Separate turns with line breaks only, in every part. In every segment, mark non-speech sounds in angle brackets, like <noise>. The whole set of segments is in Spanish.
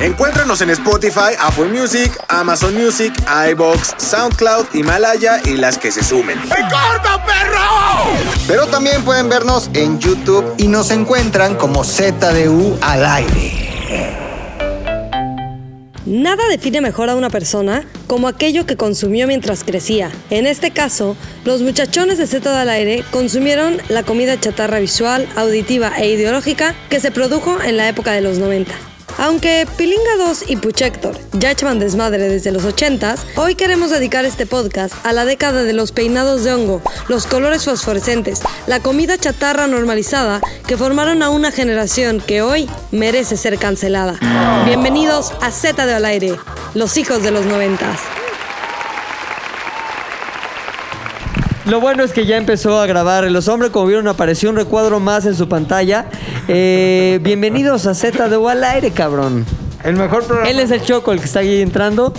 Encuéntranos en Spotify, Apple Music, Amazon Music, iBox, SoundCloud, Himalaya y las que se sumen.
Pero también pueden vernos en YouTube.
y nos encuentran como ZDU al aire.
Nada define mejor a una persona como aquello que consumió mientras crecía. En este caso, los muchachones de Z al aire consumieron la comida chatarra visual, auditiva e ideológica que se produjo en la época de los 90. Aunque Pilinga 2 y Puchector ya echaban desmadre desde los 80s, hoy queremos dedicar este podcast a la década de los peinados de hongo, los colores fosforescentes, la comida chatarra normalizada que formaron a una generación que hoy merece ser cancelada. Bienvenidos a Z de Al Aire, los hijos de los 90s.
Lo bueno es que ya empezó a grabar Los Hombres. Como vieron, apareció un recuadro más en su pantalla. Eh,
<laughs>
bienvenidos a Z de al aire, cabrón.
El mejor programa.
Él es el Choco, el que está ahí entrando.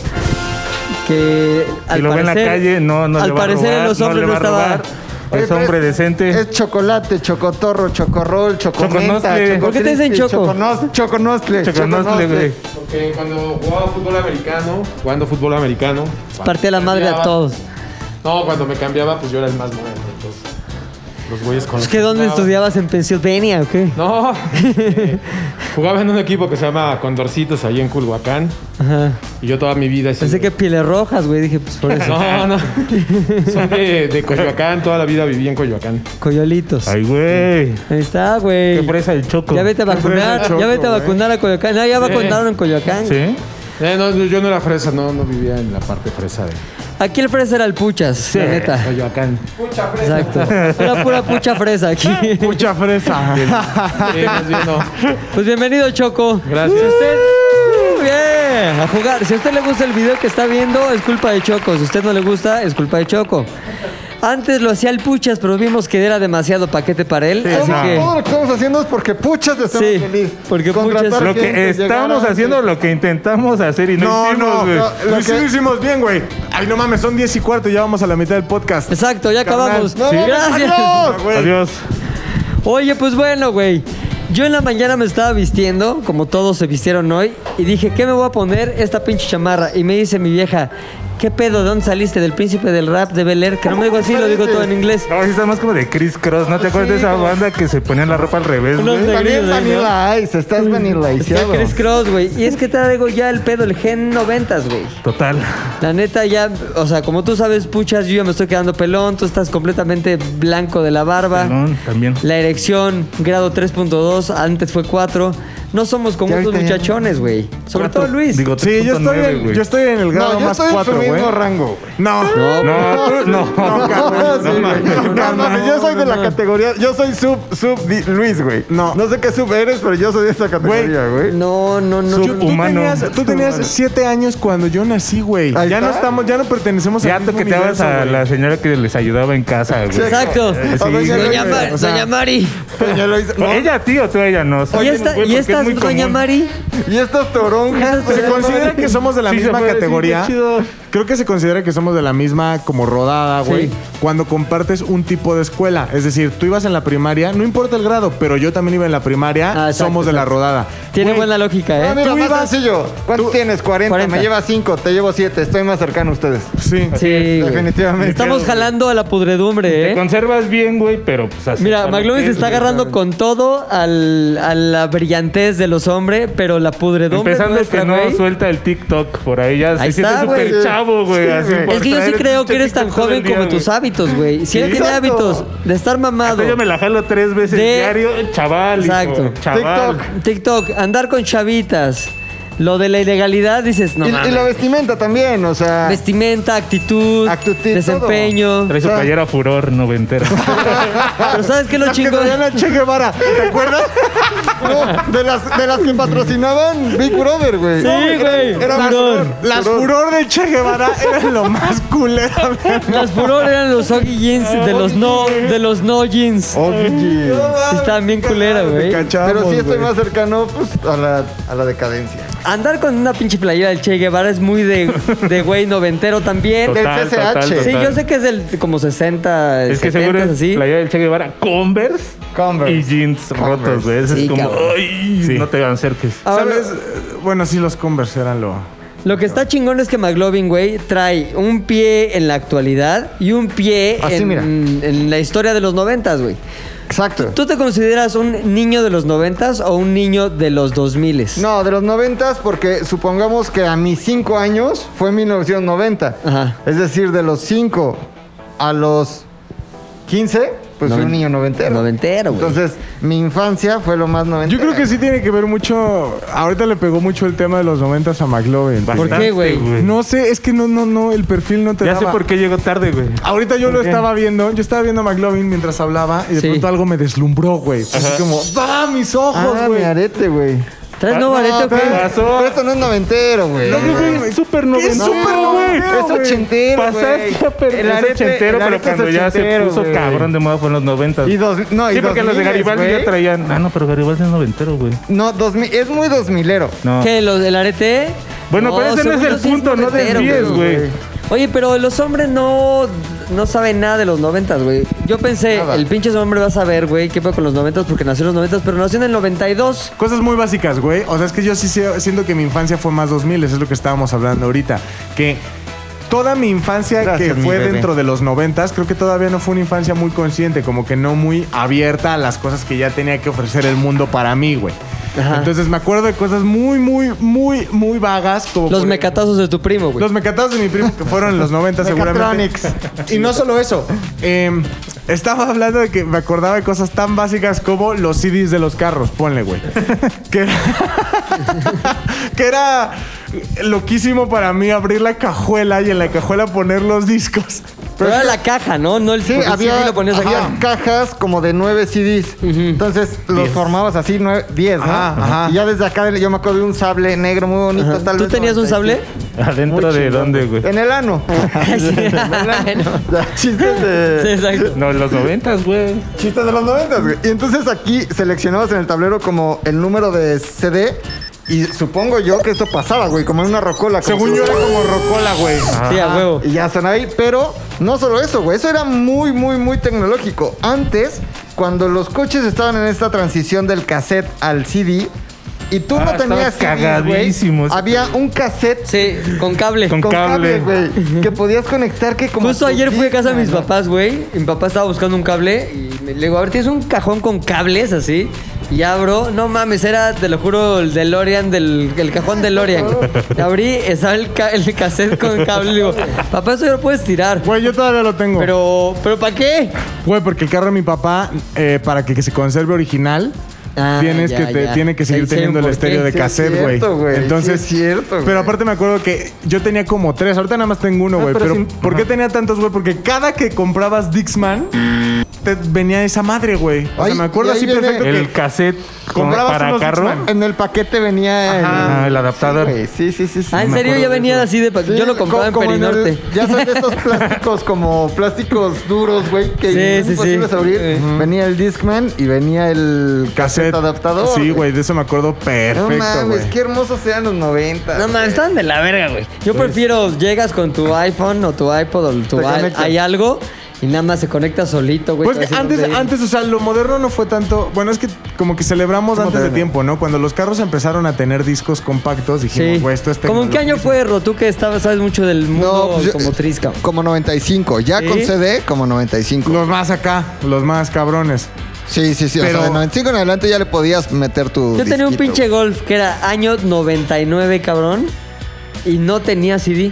Que al
si lo ve en
parecer,
la calle, no, no
al
le va a
parecer
robar,
Los Hombres no,
no, le va a
estaba...
robar. Es hombre decente.
Es chocolate, chocotorro, chocorrol, chocomenta,
Choconostle.
¿Por qué te dicen
chocotristi,
choco?
choconos- Choconostle,
Choconostle, güey.
Porque cuando jugaba fútbol americano, jugando fútbol americano.
Partía la madre a
cambiaba-
todos.
No, cuando me cambiaba, pues yo era el más nuevo. Entonces, los güeyes con
Pues
los
que dónde
jugaba-
estudiabas en Pensilvania o qué?
No, <laughs> eh, jugaba en un equipo que se llama Condorcitos, ahí en Culhuacán.
<laughs> Ajá.
Y yo toda mi vida. he sido-
Pensé que pieles rojas, güey. Dije, pues por eso.
<laughs> No, no. Soy de, de Coyoacán, toda la vida viví en Coyoacán.
Coyolitos.
Ay, güey.
Ahí está, güey.
Qué presa el choco.
Ya vete a
Qué fresa
vacunar,
el choco,
ya vete a
güey.
vacunar a Coyoacán. No, ya vacunaron en Coyoacán.
¿Sí?
Eh, no, yo no era fresa, no, no vivía en la parte fresa de
Aquí el fresa era el puchas, la neta.
Coyoacán.
Exacto. Era pura pucha fresa
<laughs>
aquí.
Mucha <laughs> fresa.
Sí, más bien no.
Pues bienvenido, Choco.
Gracias.
Si usted. uh, Bien, a jugar. Si a usted le gusta el video que está viendo, es culpa de Choco. Si a usted no le gusta, es culpa de Choco. Antes lo hacía el puchas, pero vimos que era demasiado paquete para él. así
no.
que.
Todo lo que estamos haciendo es porque puchas estamos
Sí,
feliz.
porque puchas-
Lo que estamos haciendo, lo que intentamos hacer y no,
No,
hicimos,
no,
güey.
no,
Lo
lo sí
que-
lo hicimos bien, güey. Ay, no mames, son 10 y cuarto y ya vamos a la mitad del podcast.
Exacto, ya
Carnal,
acabamos.
¡No, vamos,
Gracias.
adiós!
Güey.
Adiós.
Oye, pues bueno, güey. Yo en la mañana me estaba vistiendo, como todos se vistieron hoy, y dije, ¿qué me voy a poner esta pinche chamarra? Y me dice mi vieja, ¿qué pedo? ¿De dónde saliste? ¿Del príncipe del rap de Bel Air? Que no me digo así, lo digo todo en inglés.
No, sí está más como de Chris Cross. ¿No te acuerdas de esa banda que se ponía la ropa al revés,
Unos
güey?
negritos,
También
güey, ¿no?
Vanilla Ice, estás
Está
vanillaiseado.
Chris Cross, güey. Y es que traigo ya el pedo, el Gen 90, güey.
Total.
La neta ya, o sea, como tú sabes, puchas, yo ya me estoy quedando pelón, tú estás completamente blanco de la barba.
Perdón, también.
La erección, grado 3.2, antes fue 4. No somos como
Ya
estos
ahorita ya-
muchachones, güey. Sobre
Cuatro.
todo Luis.
Digo,
Sí, yo estoy,
3.9,
en,
güey.
yo estoy en el grado
No, yo
más
estoy en su
4, güey.
mismo rango, güey.
No,
No,
No, tú- no.
no, carnal,
Sí,
no,
güey.
mames.
No, mames, yo soy de la
no.
categoría, yo soy sub, sub di- Luis, güey.
No.
No sé qué sub eres, pero yo soy de esa categoría, güey.
No, no, no.
Su-
Tú
Humano.
tenías, tú tenías siete años cuando yo nací, güey.
Ahí
Ya no
está.
estamos, ya no pertenecemos
Ya
al mismo
te que
universo,
a
güey.
la señora que les ayudaba en casa, güey.
Exacto.
Eh, sí,
A ver,
güey.
Doña,
Doña
Ma-
o sea,
Doña Mari.
Doña
<laughs>
Luisa,
¿O
no.
Ella a ti o tú a ella no.
¿Y esta,
Güey,
y
porque es
estas,
muy
Doña
común.
Mari?
Y estas toronjas,
Estas
pues,
se
Se
toronjas.
considera
considera que somos de la
Sí, se
misma
puede, sí,
categoría.
qué chido.
Creo que se considera que somos de la misma como
Ah,
rodada, güey.
Sí.
Cuando compartes un tipo de escuela. Es decir, tú ibas en la primaria, no importa el grado, pero yo también iba en la primaria,
Ah, exacto,
somos de la rodada.
Tiene
Güey,
buena lógica,
Ah,
¿eh?
mira,
Tú
más
ibas-
sencillo. ¿Cuántos
tú-
tienes? 40.
40.
Me lleva 5, te llevo 7. Estoy más cercano a ustedes.
Sí.
Sí, güey.
definitivamente.
Estamos jalando a la pudredumbre,
Te
¿eh?
conservas bien, güey, pero pues así.
Mira, McLovin se está agarrando con todo al- a la brillantez de los hombres, pero la pudredumbre
Empezando
nuestra,
que no
güey,
suelta el TikTok por ahí, ya
Ahí
se siente
está, güey.
súper chavo, güey.
Sí,
así
güey.
por
Es que yo sí
traer el
creo que
pinche
eres tan
TikTok todo el
joven
día,
como
güey.
tus hábitos, güey. Si él tiene
Exacto.
hábitos de estar mamado,
Hasta Yo me la jalo tres veces
De-
diario, chaval. hijo,
Exacto.
Chaval.
TikTok.
TikTok, andar con chavitas, Lo de la ilegalidad dices, no
y, y
mames.
la vestimenta también, o sea.
Vestimenta, actitud,
Actitud, todo.
desempeño.
Trae su
O sea-
playera furor noventera.
Pero ¿sabes qué es lo
Las que
chingón?
traían a Che Guevara, ¿te acuerdas? <laughs> No, Oh, de, las, de las que patrocinaban Big Brother, güey.
Sí, güey.
Era
furor.
Las furor de Che Guevara eran lo más
<laughs>
culera. güey.
Las furor eran los oggy jeans de los no, de los no jeans.
Oye.
Sí, estaban bien culera, güey.
Cachamos,
Pero sí estoy
güey.
más cercano pues, a, la, a la decadencia.
Andar con una pinche playera del Che Guevara es muy de, de güey noventero también.
Total, CCH.
Sí, yo sé que es del como 60,
Es que
70,
seguro es
así.
playera del Che Guevara, Converse,
Converse.
y jeans rotos, güey. Ese
Sí,
es como,
cabrón.
ay, no te acerques.
Ahora,
¿Sabes? Eh, Bueno, sí, los Converse eran lo.
lo que está chingón es que McLovin, güey, trae un pie en la actualidad y un pie
Así,
en,
Ah, mira.
en la historia de los noventas, güey.
Exacto.
¿Tú te consideras un niño de los noventas o un niño de los dos miles?
No, de los noventas, porque supongamos que a mis cinco años fue 1990.
Ajá.
Es decir, de los 5 a los 15, pues fui
Noven-
un niño noventero.
Noventero, güey.
Entonces, mi infancia fue lo más noventero.
Yo creo que sí tiene que ver mucho. Ahorita le pegó mucho el tema de los noventas a McLovin.
¿Por
Bastante,
qué, güey?
No sé, es que no, no, no, el perfil no te
Ya sé
daba.
por qué llegó tarde, güey.
Ahorita yo lo
qué?
estaba viendo, yo estaba viendo a McLovin mientras hablaba y de
Sí.
pronto algo me deslumbró, güey. Así como, ¡ah, mis ojos,
Ah, mi
güey!
arete, güey. Ah,
¿Traes nuevo
No,
arete o qué?
trae-
Pero,
Pasó.
pero esto no es noventero, güey.
No, güey, es súper noventero,
súper
güey.
noventero,
Es ochentero, güey.
Pasaste a perder.
El arete-
Es ochentero,
el
pero
arete es
cuando ya se
ochentero,
puso
güey.
cabrón de moda fue en los noventas.
Y dos, no, y
Sí, porque los de
2000,
Garibaldi
güey.
ya traían. Ah, no, pero Garibaldi es noventero, güey.
No, 2000, es muy dos milero.
No.
¿Qué? ¿Los del arete?
Bueno, pero ese no
según
es el
yo sí
punto, no
noventero,
desvíes, güey.
Oye, pero los hombres no, no saben nada de los noventas, güey. Yo pensé,
Nada.
el pinche hombre va a saber, güey, qué fue con los noventas porque nació en los noventas, pero nació en el 92.
Cosas muy básicas, güey. O sea, es que yo sí sé- siento que mi infancia fue más 2000, eso es lo que estábamos hablando ahorita. Que toda mi infancia
Gracias,
que
mi
fue
bebé.
dentro de los 90, creo que todavía no fue una infancia muy consciente, como que no muy abierta a las cosas que ya tenía que ofrecer el mundo para mí, güey.
Ajá.
Entonces me acuerdo de cosas muy, muy, muy, muy vagas. Como
Los
por-
mecatazos de tu primo, güey.
Los mecatados de mi primo que fueron en
<laughs>
los 90 seguramente. Y no solo eso. eh, estaba hablando de que me acordaba de cosas tan básicas como los CDs de los carros. Ponle, güey. <laughs> que, era, <laughs> que era loquísimo para mí abrir la cajuela y en la cajuela poner los discos.
Pero era la caja, ¿no? No el
Sí,
pues,
porque el
había,
CD lo ponías
había
Ah.
acá.
cajas como de nueve CDs. Entonces los formabas así, nueve, diez, ¿no?
Ajá, ajá.
Y ya desde acá yo me acuerdo de un sable negro muy bonito,
Ajá.
tal
¿Tú
vez
tenías un
95.
sable?
¿Adentro
Muy
de
chingón,
dónde, güey?
En
<laughs>
el ano.
<laughs> Sí.
Chistes de.
Sí, exacto.
No, en los noventas, güey.
Chistes de los noventas, güey. Y entonces aquí seleccionabas en el tablero como el número de CD. Y supongo yo que esto pasaba, güey, como en una rocola. como
Según
si-
yo era como rocola, güey.
Sí, a huevo.
<laughs> Y ya están ahí. Pero no solo eso, güey. Eso era muy, muy, muy tecnológico. Antes, cuando los coches estaban en esta transición del cassette al CD. Y tú
Ah,
no tenías
estaba
CDs, güey,
cagadísimo ese
Había un cassette
Sí, con cable.
Con
con cable,
cable.
<laughs>
güey. Que podías conectar que como...
Justo
tu
ayer fui a casa de mis
Discman, ¿no?
papás, güey. y Mi papá estaba buscando un cable y me- le digo, a ver, ¿tienes un cajón con cables así? Y abro, no mames, era, te lo juro, el DeLorean, del, el cajón
<laughs>
DeLorean. Y abrí, estaba el, ca- el cassette con cable. Le digo, papá, eso ya lo puedes tirar.
Güey, yo todavía lo tengo.
Pero, ¿pero para qué?
Güey, porque el carro de mi papá, eh, para que, que se conserve original,
Ah,
tienes
ya,
que te-
ya.
tiene que seguir
Sí, sí,
teniendo el
¿por
estéreo
qué?
de
Sí, es
cassette, güey.
cierto, güey. Sí,
Entonces,
es cierto, güey. Ah,
pero aparte me acuerdo que yo tenía como tres, ahorita nada más tengo uno, güey. pero
pero sí-
¿por qué tenía tantos, güey? Porque cada que comprabas Dixman, te venía esa madre, güey. O sea,
Ay,
me acuerdo
y ahí
así
viene
perfecto
El
que
cassette con-
Comprabas
para
unos
carro.
Discman.
En el paquete venía el,
Ajá, el adaptador.
güey, Sí, sí, sí. sí.
Ah, ¿en serio? Ya venía así de... pa-
Sí,
yo lo compraba en
como- como
Perinorte.
el- ya son de estos plásticos como plásticos duros, güey, que
Sí,
es
sí,
imposible
sí.
abrir.
Ujú.
Venía el Discman y venía el cassette adaptador.
Sí, güey, de eso me acuerdo
No
perfecto,
mames,
güey.
qué hermosos eran los 90.
No mames, estaban de la verga, güey. Yo prefiero llegas con tu iPhone o tu iPod o tu
Te
al-
conectas.
hay algo y nada más se conecta solito, güey.
Pues
te
que
hace
antes,
donde-
antes, o sea, lo moderno no fue tanto. Bueno, es que como que celebramos
Fue
antes de
moderno.
tiempo, ¿no? Cuando los carros empezaron a tener discos compactos, dijimos,
Sí.
güey, esto es
¿Cómo en qué año
tecnología".
fue, Ro? Tú que estabas, sabes mucho del mundo
pues yo-
automotriz, cabrón.
Como 95. Ya
Sí.
con CD, como 95.
Los más acá, los más cabrones.
Sí, sí, sí. o
Pero-
sea, de 95 en adelante ya le podías meter tu.
Yo tenía un
disquito,
pinche Golf que era año 99, cabrón, y no tenía CD.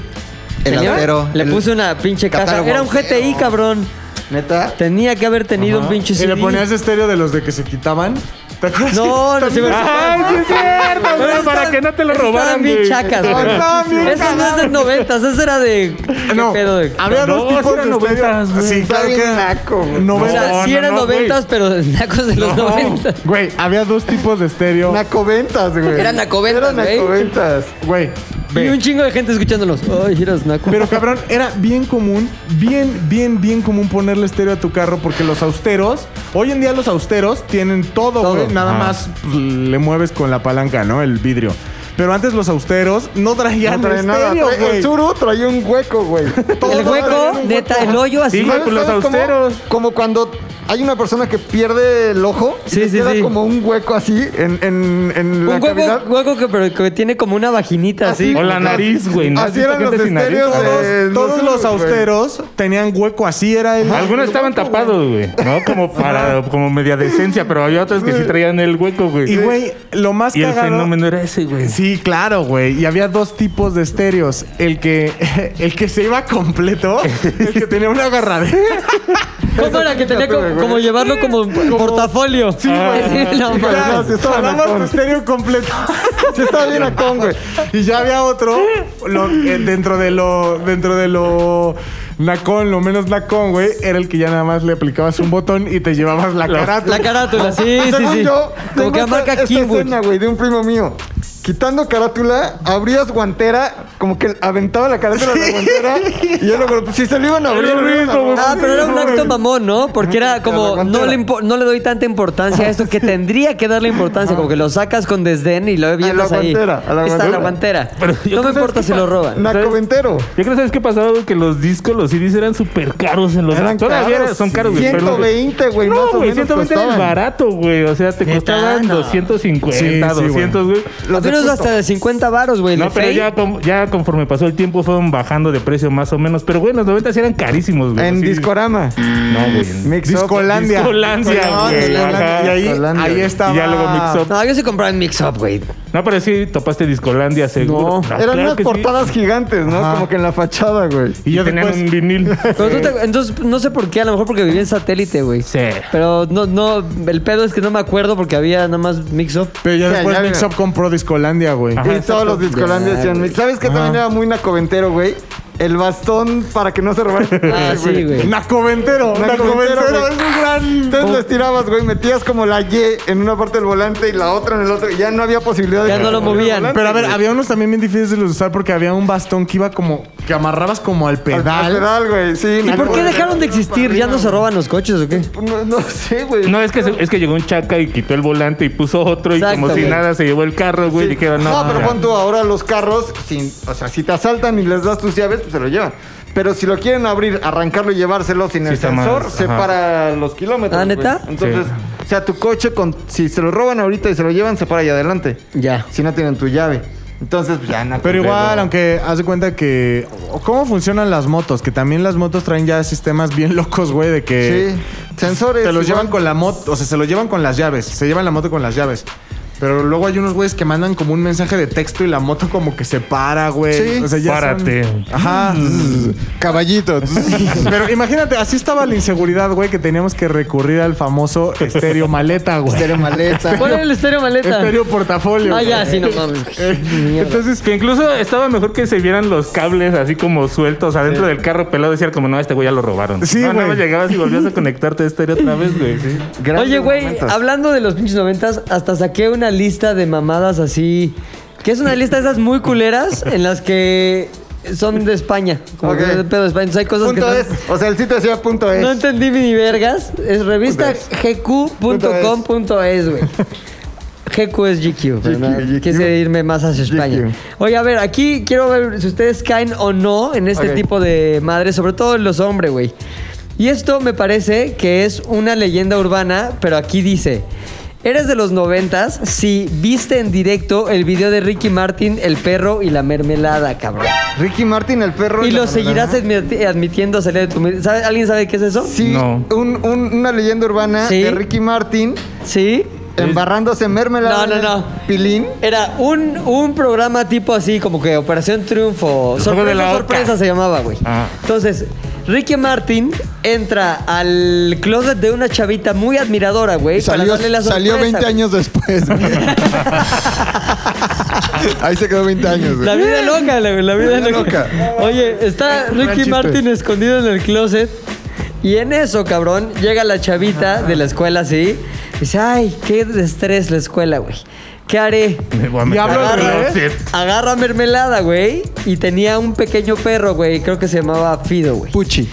El
¿Tenía?
acero,
Le
el
puse una pinche caja.
catálogo
Era un GTI,
acero.
cabrón.
Neta.
Tenía que haber tenido un pinche
Y
CD.
le ponías estéreo de los de que se quitaban. ¿Te acuerdas?
No, no se me
¡Ay, sí es cierto! güey! para que no te lo robaran,
Estaban bien
güey.
chacas,
No,
güey.
estaban bien
Esas no es de noventas, esa era de... ¿Qué
Ah, No,
pedo de...?
había
No, Ah,
dos
sí
tipos de
eran
estéreo.
noventas, güey.
Sí,
Está
claro que
bien
eran
naco, güey.
o sea,
noventas.
sí
no,
eran
no, güey.
noventas, pero <laughs> nacos de los
No,
noventas.
Güey, había dos tipos de estéreo.
Nacoventas, güey.
Eran nacoventas,
Eran
güey.
nacoventas.
Güey,
Y
ve.
un chingo de gente escuchándolos. Ay, eras naco.
Pero cabrón, era bien común, bien, bien, bien común ponerle estéreo a tu carro porque los austeros, hoy en día los austeros tienen todo,
Todo.
güey. Nada
Ah.
más pues, le mueves con la palanca, ¿no? El vidrio. Pero antes los austeros no traían
No trae nada.
estéreo,
Trae-
güey.
el Zuru traía un hueco, güey.
<laughs> el hueco, neta, el hoyo así.
Sí, güey, pues los
¿Sabes cómo?
austeros.
Como cuando hay una persona que pierde el ojo. y
Sí,
le
sí,
queda
sí.
como un hueco así en, en, en
Un
la
hueco,
cavidad.
hueco que, pero que tiene como una vaginita así.
O la nariz, güey. ¿no?
Así
¿Has
eran
visto
los
gente sin nariz?
estéreos
Todos,
de- Eh, no
todos
sé,
los
güey.
austeros tenían hueco así, era
Ah,
el.
Algunos estaban tapados, güey. No,
<laughs>
como para, como media decencia, pero había otros que sí traían el hueco, güey.
Y güey, lo más
Y el
cagado-
fenómeno era ese, güey.
Sí, claro, güey. Y había dos tipos de estéreos. El que, <laughs> el que se
<laughs>
iba completo, el que tenía una agarradera.
¿Cómo era que tenía co- como, llevarlo como un portafolio? Ah, Sí,
<laughs>
no, mames.
Pues Sí, no, sí estaba
Jalabas tu
nacón. <laughs>
estéreo completo.
Sí estaba bien acón, güey.
Y ya había otro lo- eh, dentro de lo. Dentro de lo. Nacón, lo menos nacón, güey, era el que ya nada más le aplicabas un botón y te llevabas
<laughs>
la carátula.
La carátula, sí, sí,
Según
sí.
yo,
como
tengo
que
esta-
marca
esta
Kingwood.
escena, güey, de un primo mío. Quitando carátula, abrías guantera, como que aventaba la carátula de la guantera. Y yo lo Si se lo iban a abrir,
lo
lo iban a
mismo, güey.
abrir.
Ah, pero era un acto mamón, ¿no? Porque era
la
como,
guantera.
no le, impo- no le doy tanta importancia a esto que tendría que darle importancia. Como que lo sacas con desdén y lo vienes ahí.
guantera, a la
Ahí Está la
guantera.
guantera.
Pero yo
No me
creo que
importa
es
si
que
lo
pa-
roban.
Nacoventero.
Yo creo que sabes qué pasaba, güey, que los discos, los CDs eran súper caros en los
Eran
Todavía
caros,
son caros, güey. pero los-
120, güey, más
No,
o
güey,
menos
120 era el
costaban.
barato, güey. O sea, te costaban
no.
250,
Sí, sí, güey.
200, güey.
Los menos hasta de 50 varos, güey. el
No,
de
pero
Fey.
ya, con- ya conforme pasó el tiempo fueron bajando de precio más o menos. Pero, güey, en los 90 sí eran carísimos, güey.
En
Sí.
Discorama.
No, güey. en-
Mix Up.
Discolandia.
Discolandia,
No,
güey,
Discolandia.
ajá.
Y ahí,
Discolandia.
ahí estaba.
Y ya luego Mix Up.
No, yo sí compraba en Mix Up, güey.
No, pero sí topaste Discolandia, seguro. Ah,
Eran
claro
unas
que sí.
portadas gigantes, ¿no?
Ajá.
Como que en la fachada, güey.
Y yo tenían
después-
un vinil.
Pero tú te- entonces, no sé por qué, a lo mejor porque vivía en satélite, güey.
Sí.
Pero no, no, el pedo es que no me acuerdo porque había nada más mix up.
Pero ya
Ya,
después
ya, Ah,
Mix
mira.
Up compró Discolandia, güey.
Ajá.
Y todos los discolandias decían, ¿sabes qué también era muy nacoventero, güey? El bastón para que no se robara.
<laughs> Ah, sí, güey.
Nacoventero.
Nacoventero,
Nacoventero
güey.
es un gran.
Entonces lo estirabas, güey, metías como la Y en una parte del volante y la otra en el otro. y Ya no había posibilidad de.
Ya
que
no lo
se moviera el
movían.
volante,
Pero a ver,
güey.
había unos también bien difíciles de usar porque había un bastón que iba como. que amarrabas como al
Al- al
pedal.
pedal, güey. Sí,
¿Y por qué
nacoventero.
dejaron de existir? ¿Ya no se roban los coches o qué?
No, no sé, güey.
No, es que, se- es que llegó un chaca y quitó el volante y puso otro y
Exacto,
como si
güey.
nada se llevó el carro, güey.
Sí.
Dijeron, no.
pero
ya.
pon tú ahora los carros, sin, o sea, si te asaltan y les das tus llaves, pues se lo llevan. Pero si lo quieren abrir, arrancarlo y llevárselo sin el
está mal,
sensor, se
ajá.
para los kilómetros.
Ah,
güey.
¿neta?
Entonces,
Sí.
o sea, tu coche, con, si se lo roban ahorita y se lo llevan, se para allá adelante.
Ya.
Si no tienen tu llave. Entonces, pues, ya no.
Pero igual, aunque haz de cuenta que. ¿Cómo funcionan las motos? Que también las motos traen ya sistemas bien locos, güey, de que.
eh,
Sí. Sensores.
Te los
igual.
llevan con la moto. O sea, se los llevan con las llaves. Se llevan la moto con las llaves. Pero luego hay unos güeyes que mandan como un mensaje de texto y la moto como que se para, güey.
Sí.
O sea, ya son-
Párate.
<laughs>
Ajá.
Caballito.
<laughs> Pero imagínate, así estaba la inseguridad, güey, que teníamos que recurrir al famoso estéreo maleta, güey.
Estéreo maleta.
¿Cuál era el estéreo maleta?
Estéreo portafolio.
Ah, ya,
güey.
sí, no mames. Entonces,
Entonces, que incluso estaba mejor que se vieran los cables así como sueltos adentro del carro pelado. Decían como, no, a este güey ya lo robaron.
Sí,
no, nada
güey.
más llegabas y volvías a conectarte a estéreo otra vez, güey. sí.
Grandes
Oye, güey,
momentos.
hablando de los pinches noventas, hasta saqué una lista de mamadas así. Que es una lista de esas muy culeras en las que son de España. Como que
Ok.
es de pedo de España. Entonces hay cosas
<laughs> Punto
que.
es.
no-
O sea, el sitio decía punto es.
No entendí ni vergas. Es revista gq.com.es, güey. GQ es GQ, pero
GQ,
nada,
GQ.
quise irme más hacia España. Oye, a ver, aquí quiero ver si ustedes caen o no en este
Ok.
tipo de madres, sobre todo en los hombres, güey. Y esto me parece que es una leyenda urbana, pero aquí dice, eres de los noventas si viste en directo el video de Ricky Martin, el perro y la mermelada, cabrón.
Ricky Martin, el perro.
Y
la
lo seguirás
banana.
admiti- admitiendo salir de tu... mi- ¿Sabe- ¿Alguien sabe qué es eso?
Sí,
No.
un- un- una leyenda urbana
Sí.
de Ricky Martin
Sí.
embarrándose en mermelada.
No, no,
en el
no.
Pilín.
Era un, un programa tipo así, como que Operación Triunfo.
El juego
Sorpresa,
de la Oca.
sorpresa se llamaba, güey.
Ah.
Entonces, Ricky Martin entra al closet de una chavita muy admiradora, güey. para
Salió,
darle la
salió
sorpresa,
20
güey.
años después. güey.
<laughs>
Ahí se quedó 20 años, güey.
La vida loca, la, la vida
vida
loca. Oye, está
gran
Ricky
chiste.
Martin escondido en el closet. Y en eso, cabrón, llega la chavita de la escuela así. Dice, ay, qué estrés la escuela, güey. ¿Qué haré?
Me voy a meter
Diablo,
al
¿verdad?
closet.
Agarra mermelada, güey. Y tenía un pequeño perro, güey. Creo que se llamaba Fido, güey.
Puchi.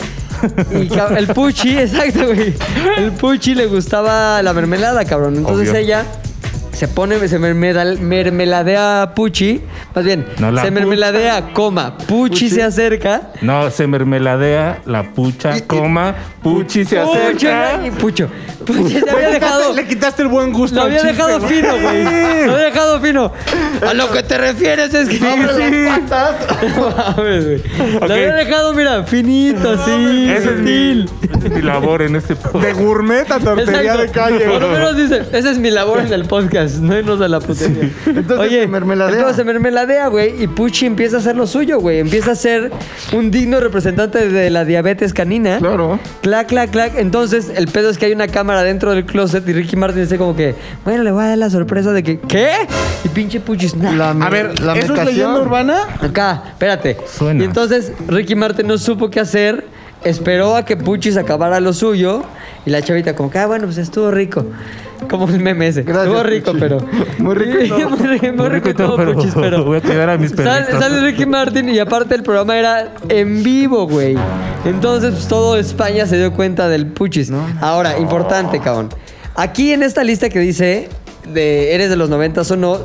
Y ca- el Puchi, exacto, güey. El Puchi le gustaba la mermelada, cabrón. Entonces
Obvio.
ella se pone, se mermeda- mermeladea a Puchi. Más bien,
No, la
se mermeladea, coma. Puchi, se acerca.
No, se mermeladea la pucha, coma, puchi se
Puchi,
acerca.
y Pucho. Puchi se había
Le quitaste-
dejado.
le quitaste el buen gusto.
Lo
al
había
chiste,
dejado
güey.
fino, güey. Lo había dejado fino. A lo que te refieres es que. <laughs> No mames, güey.
Ok.
Lo había dejado, mira, finito, así,
Esa es mi,
sutil.
esa es mi labor en este
De
podcast.
<laughs>
gourmet a tortería
Exacto.
de calle,
Por lo
güey.
menos dice, esa es mi labor en el podcast, no irnos a la putería.
Entonces se mermeladea.
Entonces se mermeladea, güey, y Puchi empieza a hacer lo suyo, güey. Empieza a ser un digno representante de la diabetes canina.
Claro.
Clac, clac, clac. Entonces, el pedo es que hay una cámara dentro del closet y Ricky Martin dice como que, bueno, le voy a dar la sorpresa de que, ¿qué? Y pinche Puchi, nah.
A ver, ¿eso es leyenda urbana?
Acá, espérate.
Suena.
Y entonces Ricky Martin no supo qué hacer, esperó a que Puchis acabara lo suyo y la chavita como que, ah, bueno, pues estuvo rico. Como el meme ese.
Gracias,
estuvo rico,
Puchi.
pero...
Muy rico
<laughs>
y todo.
muy, rico, muy rico y todo,
pero
Puchis,
<laughs>
pero...
voy a cuidar a mis
Sale,
perritos.
sale Ricky Martin y aparte el programa era en vivo, güey. Entonces pues, todo España se dio cuenta del puchis. Ahora, importante, cabrón. Aquí en esta lista que dice de eres de los 90 o no,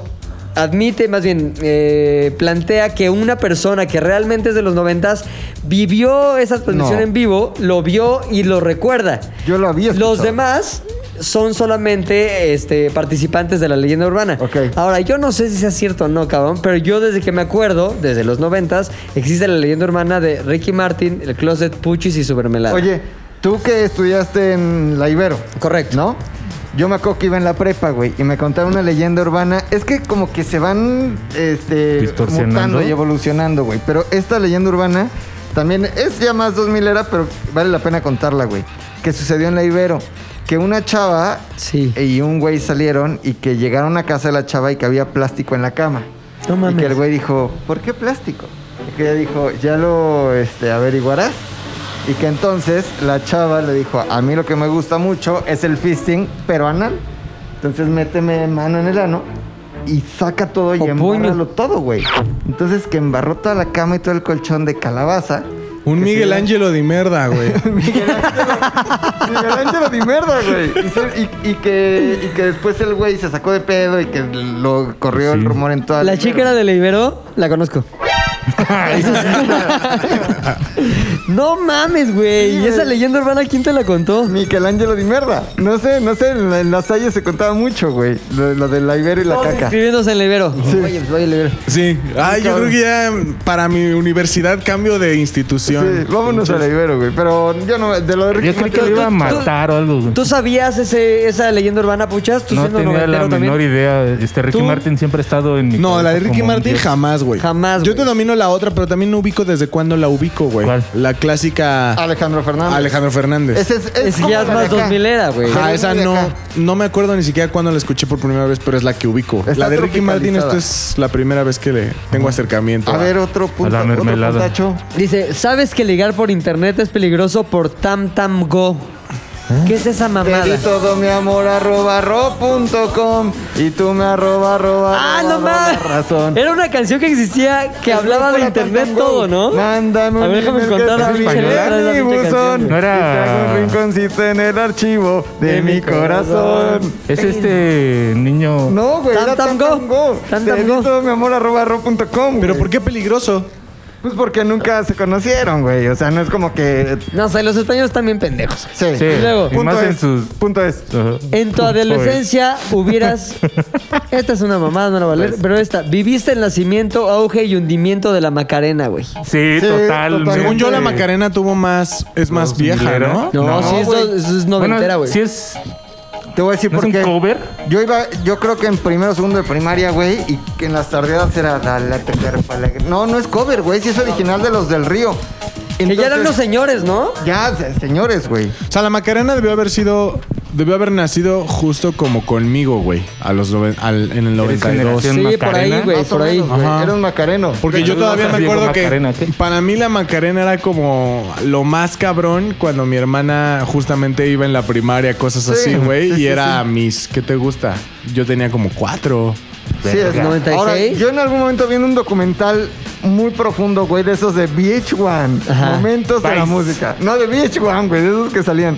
admite, más bien, eh, plantea que una persona que realmente es de los 90 vivió esa transmisión
No.
en vivo, lo vio y lo recuerda.
Yo lo había escuchado.
Los demás son solamente este, participantes de la leyenda urbana.
Ok.
Ahora, yo no sé si sea cierto o no, cabrón, pero yo desde que me acuerdo, desde los noventas, existe la leyenda urbana de Ricky Martin, el Closet Puchis y Supermelada.
Oye, tú que estudiaste en la Ibero.
Correcto.
¿No? Yo me acuerdo que iba en la prepa, güey, y me contaron una leyenda urbana. Es que como que se van este,
Distorsionando.
mutando y evolucionando, güey. Pero esta leyenda urbana también es ya más 2000 era, pero vale la pena contarla, güey. Que sucedió en la Ibero. Que una chava
Sí.
y un güey salieron y que llegaron a casa de la chava y que había plástico en la cama.
No mames.
Y que el güey dijo, ¿por qué plástico? Y que ella dijo, ya lo este, averiguarás. Y que entonces la chava le dijo, a mí lo que me gusta mucho es el fisting, pero anal. Entonces méteme mano en el ano y saca todo y
O puño.
embárralo todo, güey. Entonces que embarró toda la cama y todo el colchón de calabaza.
Un Miguel Ángelo de
<laughs>
mierda, güey.
Miguel Ángelo de mierda, güey. Y, se- y- y que, y que después el güey se sacó de pedo y que lo corrió el rumor en toda
La chica era de la Ibero, la
<laughs>
conozco. <laughs> no mames, güey.
Sí,
¿Y esa
güey.
leyenda urbana quién te la contó?
Michelangelo de mierda. No sé, no sé, en, la- en las calles se contaba mucho, güey. Lo, lo de la Ibero y la
Todos
caca.
Escribiéndose en la Ibero. Oye, pues voy a la Ibero.
Sí. Ah, yo creo que ya para mi universidad cambio de
Sí,
institución.
vámonos a la Ibero, güey. Pero yo no, de lo de Ricky
Yo creo que
Martin-
lo iba a matar o algo.
¿Tú sabías ese, esa leyenda urbana, Puchas? ¿Tú
No
siendo
tenía la
noventero también?
menor idea. Este Ricky
¿Tú?
Martin siempre ha estado en mi
No, la de
cabeza
Ricky
como un
Martin
dios.
jamás, güey.
Jamás,
Yo
güey.
te domino la otra, pero también no ubico desde cuándo la ubico, güey.
¿Cuál?
La clásica
Alejandro Fernández.
Alejandro Fernández.
Ese es,
Es que
como
ya es
la de
más
acá.
2000 era, güey.
Ajá,
Pero
esa
es de
no,
acá.
no me acuerdo ni siquiera cuándo la escuché por primera vez, pero es la que ubico.
Está
la de Ricky Martin,
tropicalizada. Ah,
esto es la primera vez que le tengo acercamiento.
A ver, otro punto.
la
otro
mermelada.
puntacho.
Dice, ¿sabes que ligar por internet es peligroso por TamTamGo? ¿Qué es esa mamada?
¿Eh? Te di todo mi amor arroba ro punto com, y tú me arroba arroba
Ah,
arroba,
no mames.
arroba, razón.
Era una canción que existía que
El
hablaba
grupo
de
era
internet
Tantan Go.
todo, ¿no?
Mándame un
A ver, déjame
email que
contar la
te
pinche
escribí.
letra de esa
Mi
pinche
buzón.
No era-
y te hago un rinconcito en el archivo de,
De mi
mi corazón.
Es este niño.
No, güey, era
Tantam Go.
Tantam Go.
Tantam
Te di
Go.
todo mi amor arroba ro punto com,
¿Pero
güey.
por qué peligroso?
Pues porque nunca se conocieron, güey. O sea, no es como que...
No sé, los españoles también pendejos.
Sí.
Sí,
Y luego,
y
Punto
más
es.
en sus.
Punto es.
Ajá.
En tu
Punto es.
adolescencia
<laughs>
hubieras... Esta es una mamada, no la voy a leer,
Pues.
pero esta. Viviste el nacimiento, auge y hundimiento de la Macarena, güey.
Sí,
Sí,
total.
Según yo, la Macarena tuvo más. Es más vieja,
milera.
¿no?
No,
No,
sí, eso,
güey.
eso es
Bueno,
noventera, güey.
sí es,
Te voy a decir
¿no es
por
un
qué.
cover.
Yo iba, yo creo que en primero o segundo de primaria, güey, y que en las tardeadas era la la- la- la- la- No, no es cover, güey, si es original de los del río.
Que ya eran
Entonces-
los señores, ¿no?
Ya, se- señores, güey.
O sea, la Macarena debió haber sido. Debió haber nacido justo como conmigo, güey. A los noven- al- en el 92.
generación
Sí, por
Macarena.
ahí, güey,
Más o
por ahí.
menos, güey.
Ajá.
Era un macareno.
Porque yo todavía me
Diego
acuerdo
Macarena,
que
¿qué?
para mí la Macarena era como lo más cabrón cuando mi hermana justamente iba en la primaria, cosas así, güey.
sí,
y
sí,
era
sí.
mis, ¿qué te gusta? Yo tenía como cuatro.
Sí, es
Verga. 96.
Ahora, yo en algún momento viendo un documental muy profundo, güey, de esos de VH1.
Ajá.
Momentos de la
Vice.
música. No, de VH1, güey, de esos que salían.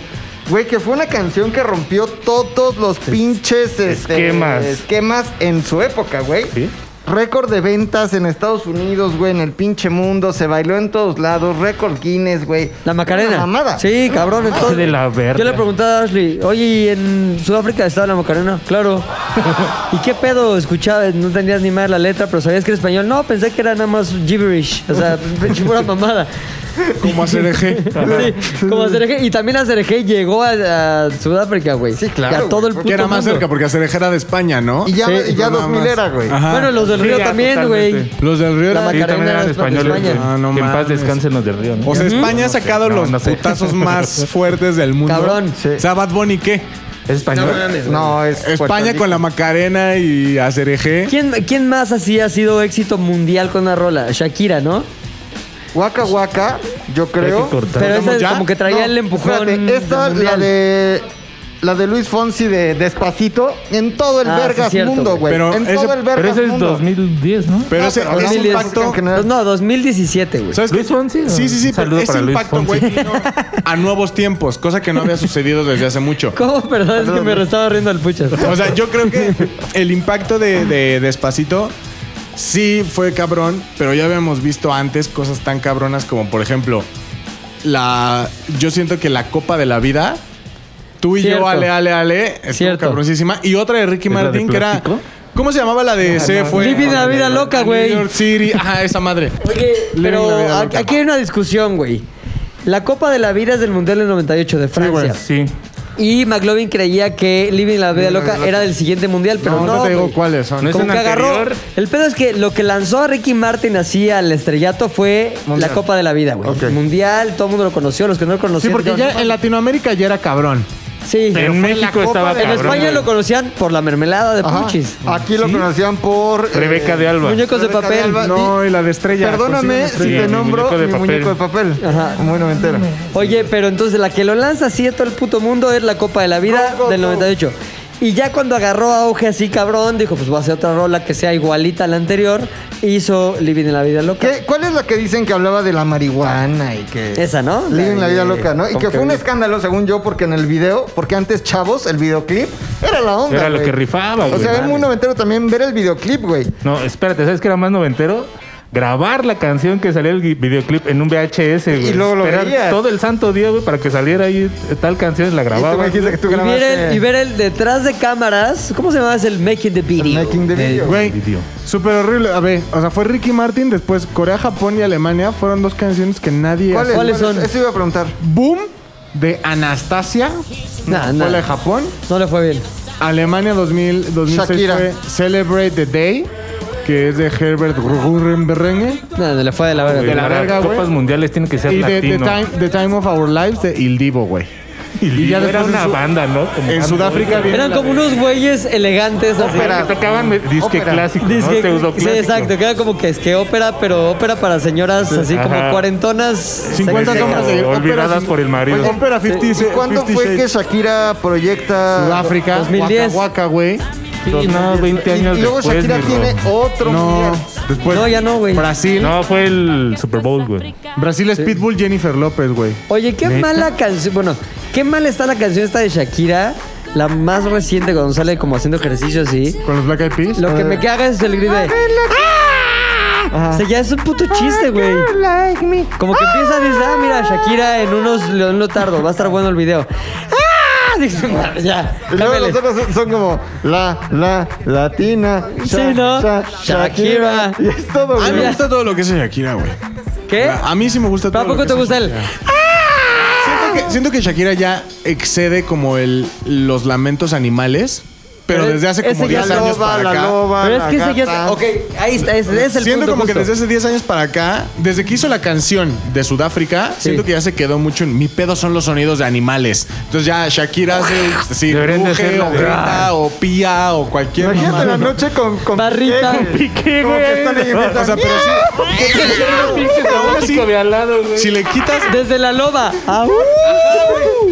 Güey, que fue una canción que rompió todos los pinches este,
esquemas.
esquemas en su época, güey.
Sí.
Récord de ventas en Estados Unidos, güey, en el pinche mundo. Se bailó en todos lados. Récord Guinness, güey.
La Macarena.
Una mamada.
Sí, cabrón. Entonces,
de la verga.
Yo le pregunté a Ashley, oye, ¿y en Sudáfrica estaba la Macarena? Claro. ¿Y qué pedo? Escuchaba, no entendías ni más la letra, pero sabías que era español. No, pensé que era nada más gibberish. O sea, <laughs> pura mamada.
Como
<laughs>
hacer eje.
Sí, como Azereje. Y también Azereje llegó a, a Sudáfrica, güey.
Sí,
Y
claro,
a todo el
güey,
puto
que era más
mundo.
cerca, porque hacer eje era de España, ¿no?
Y ya,
Sí,
y ya
nada
2000
más.
era, güey.
Ajá.
Bueno, los del
Sí,
Río
ya,
también, güey.
totalmente.
Los del Río
La
era-
Sí, también
Macarena
eran
era
españoles.
de España.
güey.
Ah, no
que en
mames.
paz descansen los de Río. ¿no?
O sea, España ha sacado
No,
los
no sé. <laughs>
putazos más fuertes del mundo.
Cabrón.
Sí.
O sea, Bad Bunny, ¿qué?
¿Es español?
No, es. Puerto
España
Rico.
con la Macarena y hacer eje.
¿Quién, ¿Quién más así ha sido éxito mundial con una rola? Shakira, ¿no?
Waka Waka, yo creo.
cortar.
Pero
¿Estamos
esa
ya?
como que traía
No,
el empujón.
espérate, esta,
del
la
mundial.
de. La de Luis Fonsi de Despacito en todo el
Ah, sí,
vergas
cierto,
mundo,
güey.
güey.
Pero
En
ese-
todo el vergas
Pero ese es
mundo.
2010, ¿no?
Pero
No,
ese,
pero
ese
hablamos de
impacto.
música en general.
Pues No, 2017, güey.
¿Sabes
¿Luis
qué?
Fonsi?
Sí, sí, sí, pero
Saludo
ese
para Luis
impacto,
Fonsi.
güey, vino a nuevos tiempos, cosa que no había sucedido desde
<laughs>
hace mucho.
¿Cómo? Perdón, es que me estaba riendo al puchas.
O sea, yo creo que el impacto de, de Despacito sí fue cabrón, pero ya habíamos visto antes cosas tan cabronas como, por ejemplo, la. Yo siento que la Copa de la Vida. Tú y
Cierto.
yo, ale, ale, ale, estuvo
Cierto.
cabroncísima. Y otra de Ricky
¿Es la de
Martin que era.
plástico? Ah,
¿Cómo se llamaba la de Se fue?
Living la vida loca, güey.
New York City, ajá, esa madre.
Oye,
Living
pero
la vida
a-
loca.
aquí hay una discusión, güey. La Copa de la Vida es del Mundial del 98 de Francia.
Sí.
y McLovin creía que Living la Vida Loca era del siguiente mundial, pero no.
No, no te digo
güey.
cuáles son.
No es
Como
un
que agarró-
anterior.
El pedo es que lo que lanzó a Ricky Martin así al estrellato fue la Copa de la Vida, güey.
Ok.
Mundial, todo el mundo lo conoció, los que no lo
Sí,
conocían.
porque
dijeron,
ya en Latinoamérica ya era cabrón.
Sí.
En México estaba
En
cabrón,
España
güey.
lo conocían por la mermelada de
Ajá.
puchis.
Aquí lo conocían por. eh,
Rebeca de Alba.
Muñecos de
Rebeca de pues,
papel. pues
Alba.
No, y la de estrella.
Perdóname si
estrella.
te
Mi
nombro
muñeco de
mi
papel.
muñeco de papel.
Ajá.
Muy noventero.
Oye, pero entonces la que lo lanza así a todo el puto mundo es la Copa de la Vida
Go, go,
del
go.
98. Y ya cuando agarró auge así cabrón, dijo, pues voy a hacer otra rola que sea igualita a la anterior. Hizo Living en la Vida Loca.
¿Qué- ¿Cuál es la que dicen que hablaba de la marihuana y que.
Esa, ¿no?
Living la vida
de-
loca, ¿no? Y que fue un escándalo, según yo, porque en el video, porque antes Chavos, el videoclip, era la onda.
Era lo
güey.
que rifaba,
O
güey,
sea, es
mames.
muy noventero también ver el videoclip, güey.
No, espérate, ¿sabes qué era más noventero? Grabar la canción que salía el gui- videoclip en un VHS, güey.
Y luego lo
Esperar
veías.
todo el santo día, güey, para que saliera ahí tal canción, la
Y tú me
grababa.
dijiste que tú
Ah, Y ver, el,
grabaste
y ver el detrás de cámaras, ¿cómo se llama? Es el making the video. Eh,
Making the Video.
Güey,
Video.
súper horrible. A ver, o sea, fue Ricky Martin, después Corea, Japón y Alemania. Fueron dos canciones que nadie...
¿Cuáles,
¿Cuáles
cuáles?
son? Pues
Eso iba a preguntar.
Boom de Anastasia.
Nah,
fue
nah.
la de Japón.
No le fue bien.
Alemania 2000, 2006
Shakira.
fue Celebrate the Day, que es de Herbert Gurrenberenge.
No, no le fue de la
Güey,
de
verga.
la
para
verga, güey.
Copas mundiales tiene que ser
Y de the
latino.
time, the time of Our Lives de Il Divo, güey.
y
ya
ya era
después en
una
su-
banda, ¿no? Como
Eh,
En
banda,
Sudáfrica
güey.
viene
Eran
la
como
de-
unos güeyes elegantes así.
Pero que tocaban me- disque
Ópera.
clásico, ¿no?
Disque- sí,
Pseudoclásico.
exacto, que era como que es que ópera, pero ópera para señoras así como
Ajá.
cuarentonas.
50 sombras de
Olvidadas
ópera sin-
por el marido.
Oye, Ópera 50
¿Y cuándo
50
fue
Shades.
que Shakira Ah, proyecta
Ah,
Sudáfrica,
2010.
Waka Waka, güey.
Sí, no, 20
Y,
años
y luego
después,
Shakira
mi
tiene
bro.
otro
No,
mundial.
después
No, ya no, güey.
Brasil.
No, fue el Super Bowl, güey.
Brasil es Pitbull Jennifer López, güey.
Oye, qué mala canción. Bueno, qué mal está la canción esta de Shakira, la más reciente cuando sale como haciendo ejercicio así.
Con los Black Eyed Peas.
Lo que me caga es el grito de. ¡Ah! O sea, ya es un puto chiste, güey. Como que empieza a decir, ah, mira, Shakira en unos León Lotardo, va a estar bueno el video. ¡Ah! <laughs> Dice, "No, ya.
Y luego
cámbiale".
los otros son- son como la, la, latina.
Sí, ¿no? Shakira. Ah,
Y es todo,
A mí
güey.
Ah, me gusta todo lo que es Shakira, güey.
¿Qué?
A mí sí me gusta todo. lo
¿Tampoco
que
¿Eh? te
es
gusta el?
Siento que, siento que Shakira ya excede como el, los lamentos animales, pero
Pero
desde hace como
ese ya
10 años
loba,
para
la
acá.
loba,
Pero es
la
que ese ya
gata.
es- Ok, ahí está, es, es el
siento
punto
como que
justo.
desde hace 10 años para acá, desde que hizo la canción de Sudáfrica, siento que ya se quedó mucho en mi pedo son los sonidos de animales. Entonces ya Shakira hace sí,
Deberían de
ruge,
hacerla
o
de-
grita, o pía, o cualquier
Imagínate la
mamada.
noche con, con
Barrita.
Piqué, güey.
Piqué,
Como que
güey.
están ahí y
O
empiezan,
<laughs>
sea, pero sí, aún así-
de al lado, güey.
si le quitas
Desde la loba. Ah,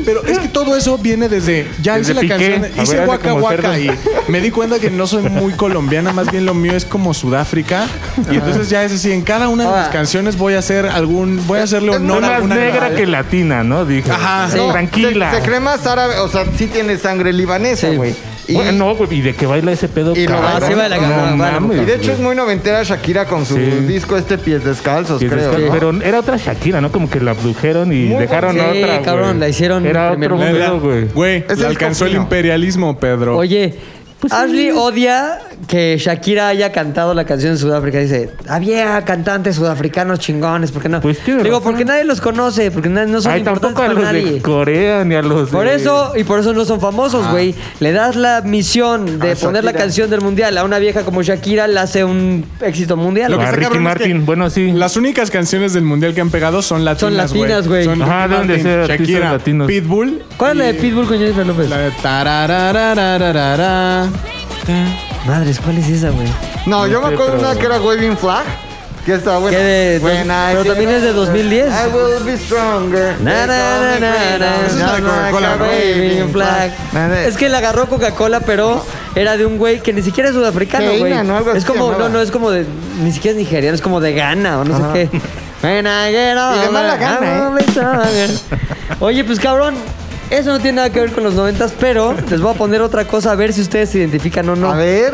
Pero es que todo eso viene desde. Ya
Desde
hice la
Piqué. A
canción,
ver,
hice
hazle
Waka
como
Waka y
cerdo.
me di cuenta que no soy muy colombiana, más bien lo mío es como Sudáfrica. Y entonces ya es así, en cada una de mis
Ah.
canciones voy a hacer algún. Voy a hacerle
No
honor a
más
alguna
negra
animal.
que latina, ¿no? Dije.
Ajá.
Sí.
no,
Tranquila.
Se, se cree más árabe, o sea, sí tiene sangre libanesa,
Sí.
güey. Y,
Bueno, güey, y de que baila ese pedo.
Y lo
cabrón.
baila. Ah, sí
baila, cabrón,
No
baila.
mames,
y de hecho es
güey.
muy noventera Shakira con su
Sí.
disco este Pies Descalzos,
Sí,
creo.
descal-
¿no?
Pero era otra Shakira, ¿no? Como que la abdujeron y
Muy
dejaron
bueno. Sí,
otra. güey.
cabrón, la hicieron
Era
primer
otro
La- la-
pedo, güey.
Güey,
Es
le
el
alcanzó el
cochino.
imperialismo, Pedro.
Oye, pues Ashley odia que Shakira haya cantado la canción en Sudáfrica. Dice, había cantantes sudafricanos chingones, ¿por qué no?
Pues tiene
Digo,
razón.
porque nadie los conoce, porque na- no son
Ay,
importantes
tampoco a
para
los
nadie.
de Corea ni a los de.
Por eso, y por eso no son famosos,
Ah.
güey. Le das la misión de poner la canción del mundial a una vieja como Shakira, la hace un éxito mundial.
Lo que
A
está
Ricky
cabrón es que
Martin, bueno, sí.
Las únicas canciones del mundial que han pegado son latinas.
Son latinas, güey.
Son
Ajá,
Ricky
deben de
Martin,
ser artistas
Shakira,
latinos.
Pitbull.
¿Cuál es la de Pitbull con Jennifer López?
La de tarararararara.
Madres, ¿cuál es esa, güey?
No, yo me
sé,
acuerdo
pero-
una que era Waving Flag. Que estaba buena.
Que de-
Buena,
pero
que
también
no-
es de 2010.
I will be stronger.
Na, na, na, na, na.
Esa es la de Coca-Cola, ¿no?
Waving flag.
Na, na.
Es que la agarró Coca-Cola, pero era de un güey que ni siquiera es sudafricano, güey.
Teína, ¿no? Algo
Es
así
como, no,
llamaba.
no, es como de, ni siquiera es nigeriano, es como de Ghana o no sé qué. When I get
Y de mala
older,
gana, ¿eh?
I'm only stronger. Oye, pues cabrón, eso no tiene nada que ver con los noventas, pero les voy a poner otra cosa a ver si ustedes se identifican o no.
A ver.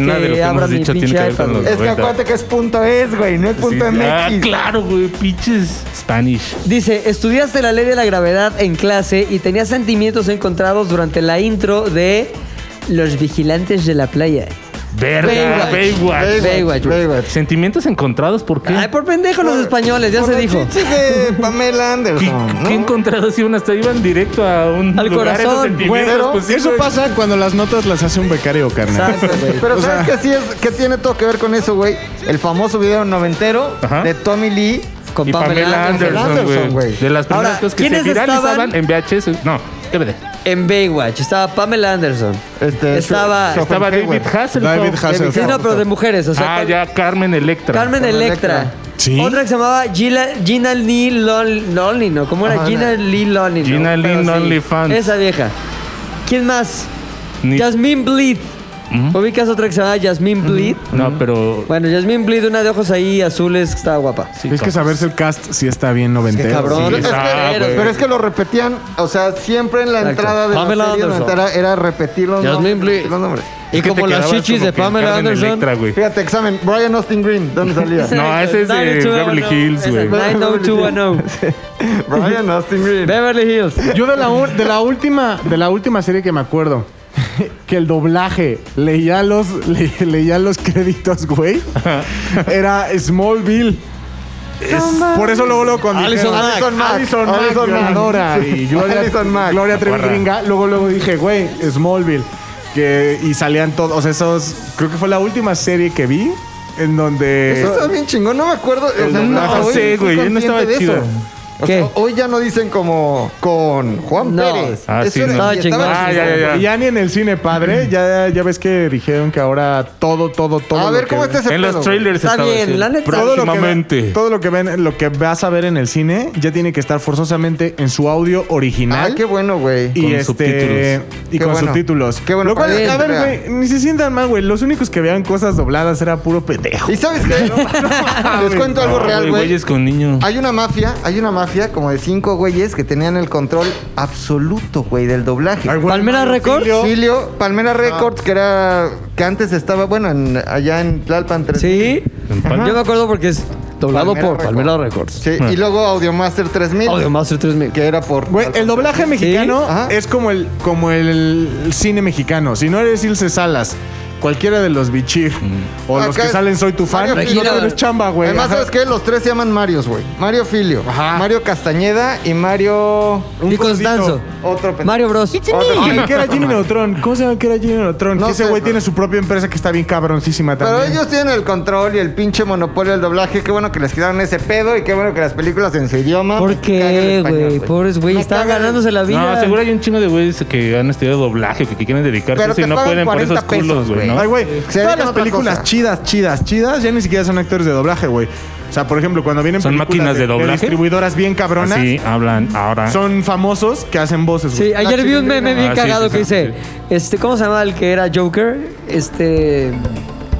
Nada más
nada de
que
lo que
abra
hemos
mi
dicho tiene
pinche
que ver con
iPad,
los.
Es que
90.
acuérdate que es punto es, güey. No es
Sí,
punto
sí. Ah,
MX.
claro, güey, pinches Spanish.
Dice, estudiaste la ley de la gravedad en clase y tenías sentimientos encontrados durante la intro de Los Vigilantes de la Playa.
Verga, Baywatch.
Baywatch, Ah, güey.
Baywatch.
Sentimientos encontrados, ¿por qué?
Ay, por pendejo los españoles, ya
Por
se
los
dijo.
chichis de Pamela
¿Qué,
Anderson. ¿no?
qué encontrados iban hasta iban directo a un
Al
lugar, esos
corazón,
sentimientos,
Pero
pues, sí,
eso
güey.
pasa cuando las notas las hace un becario, carnal.
Exacto, güey.
Pero
O
¿sabes
sea-
qué sí es? ¿Qué tiene todo que ver con eso, güey? El famoso video noventero
Ajá.
de Tommy Lee.
Con
<laughs> Y Pamela Anderson,
Anderson,
güey.
güey.
De las primeras
Ahora,
cosas que se
¿quiénes
viralizaban
estaban?
en VHS. No, DVD.
En Baywatch estaba Pamela Anderson.
Este,
estaba...
so- so-
Estaba
Hayward.
David Hasselhoff.
David
sí,
Hasselhoff.
no, pero de mujeres, o sea...
Ah,
Car-
ya, Carmen Electra.
Carmen Electra.
Sí.
Otra que se llamaba Gila- Gina Lee Lon- Lonely, ¿no? ¿Cómo era?
Ajá,
Gina Lee Lonely. ¿no?
Gina Lee
Pero sí,
Lonely Fans.
Esa vieja. ¿Quién más?
Ni-
Jasmine Bleed. ¿Ubicas otra que se llama Jasmine Bleed?
No, pero.
Bueno, Jasmine Bleed, una de ojos ahí azules, que estaba guapa.
sí,
Es
como-
que saberse el cast sí está bien noventero.
cabrón.
Sí.
Es que-
Ah, güey.
pero es que lo repetían, o sea, siempre en la
Exacto.
entrada de
Pamela
la serie
Anderson.
noventera era repetir los,
Jasmine
nombres,
Bleach.
los nombres.
Y
Es que te
como las
quedabas
chichis
como
de
que en
Pamela
Carmen
Anderson.
Electra, güey.
Fíjate, examen, Brian Austin Green,
<laughs>
¿dónde salía?
No, ese es de
90210,
Beverly Hills, güey.
ese, 90210.
Brian Austin Green.
Beverly Hills.
Yo de la, u- de la última de la última serie que me acuerdo que el doblaje leía los le- leía los créditos, güey. Era Smallville. Es- por eso luego luego cuando
Alison
dijeron-
Mack.
Alison Mack,
Alison Mack,
Alison Mack, ganadora
sí.
y Gloria,
Alison Mack.
Gloria Trevi
Guarra.
gringa, luego luego dije, güey, Smallville. Que, y salían todos esos, creo que fue la última serie que vi en donde
eh,
Eso está bien chingón, no me acuerdo. o sea,
doblaje.
hoy
Sí,
estoy
güey, no estaba
consciente de
chido.
eso. O
¿Qué?
sea, hoy ya no dicen como con Juan
No.
Pérez.
Ah,
Eso
sí,
era-
no.
y
Estaba
Ah, ya, ya, ya.
Y ya ni en el cine, padre. Ya, ya ves que dijeron que ahora todo, todo, todo.
A
lo
ver
que
cómo
ven-
está ese
En
pedo,
los
güey?
trailers
Está
estaba
bien,
así.
la neta.
Todo lo, que,
Próximamente.
ven- todo lo que ven, lo que vas a ver en el cine, ya tiene que estar forzosamente en su audio original.
Ah, qué bueno, güey.
y
Con
este,
subtítulos.
Y
Qué
con
bueno.
subtítulos.
Qué bueno
Lo cual,
para
a
él,
ver,
Andrea.
güey, ni se sientan mal, güey. Los únicos que vean cosas dobladas era puro pendejo.
¿Y sabes qué? <laughs> Les cuento algo
No,
real, güey.
Güeyes con niños.
Hay una mafia, hay una mafia como de cinco güeyes que tenían el control absoluto, güey, del doblaje.
Ay, güey,
Palmera Records.
Silio, Palmera Records, que era. que antes estaba, bueno, en- allá en Tlalpan tres-
Sí.
Ajá.
Yo me acuerdo porque es doblado
Palmera
por
Records.
Palmera Records. Oh,
Sí, y luego Audiomaster 3000.
Audiomaster 3000.
Que era por.
Güey, el doblaje mexicano
Ajá.
es como el, como el cine mexicano. Si no eres Ilse Salas, cualquiera de los bichir o los
Acá
que
es
salen Soy tu fan,
Mario
no
Filio.
tienes chamba, güey.
Además,
Ajá.
¿sabes qué? Los tres se llaman Marios, güey. Mario Filio, Mario Castañeda y Mario...
Y Constanzo.
Otro
Oh,
pendejo.
Mario Bros.
Otro- Ay, que era Jimmy Neutron. ¿Cómo se llama que era Jimmy Neutron?
No
Que ese
sé,
güey
no.
tiene su propia empresa que está bien cabroncísima
Pero
también.
ellos tienen el control y el pinche monopolio del doblaje. Qué bueno que les quitaron ese pedo y qué bueno que las películas en su idioma.
¿Por
me caga el
qué,
español,
güey? Pobres güey,
Me
estaban
caga el-
ganándose la vida.
No, seguro hay un chingo de güeyes que han estudiado doblaje, que, que quieren dedicarse a
Pero
eso y
te
no
pagan
pueden por
40
esos culos,
pesos,
güey, ¿no?
Ay, güey. Todas
dedican a
las
otra
películas
cosa.
chidas, chidas, chidas, ya ni siquiera son actores de doblaje, güey. O sea, por ejemplo, cuando vienen
¿Son
películas
máquinas de doblaje? Ah,
distribuidoras bien cabronas,
Así hablan ahora.
son famosos que hacen voces, güey.
Sí, ayer vi un meme bien
Ah, sí,
cagado
sí,
que
sí,
dice, este, ¿cómo se llama el que era Joker? Este,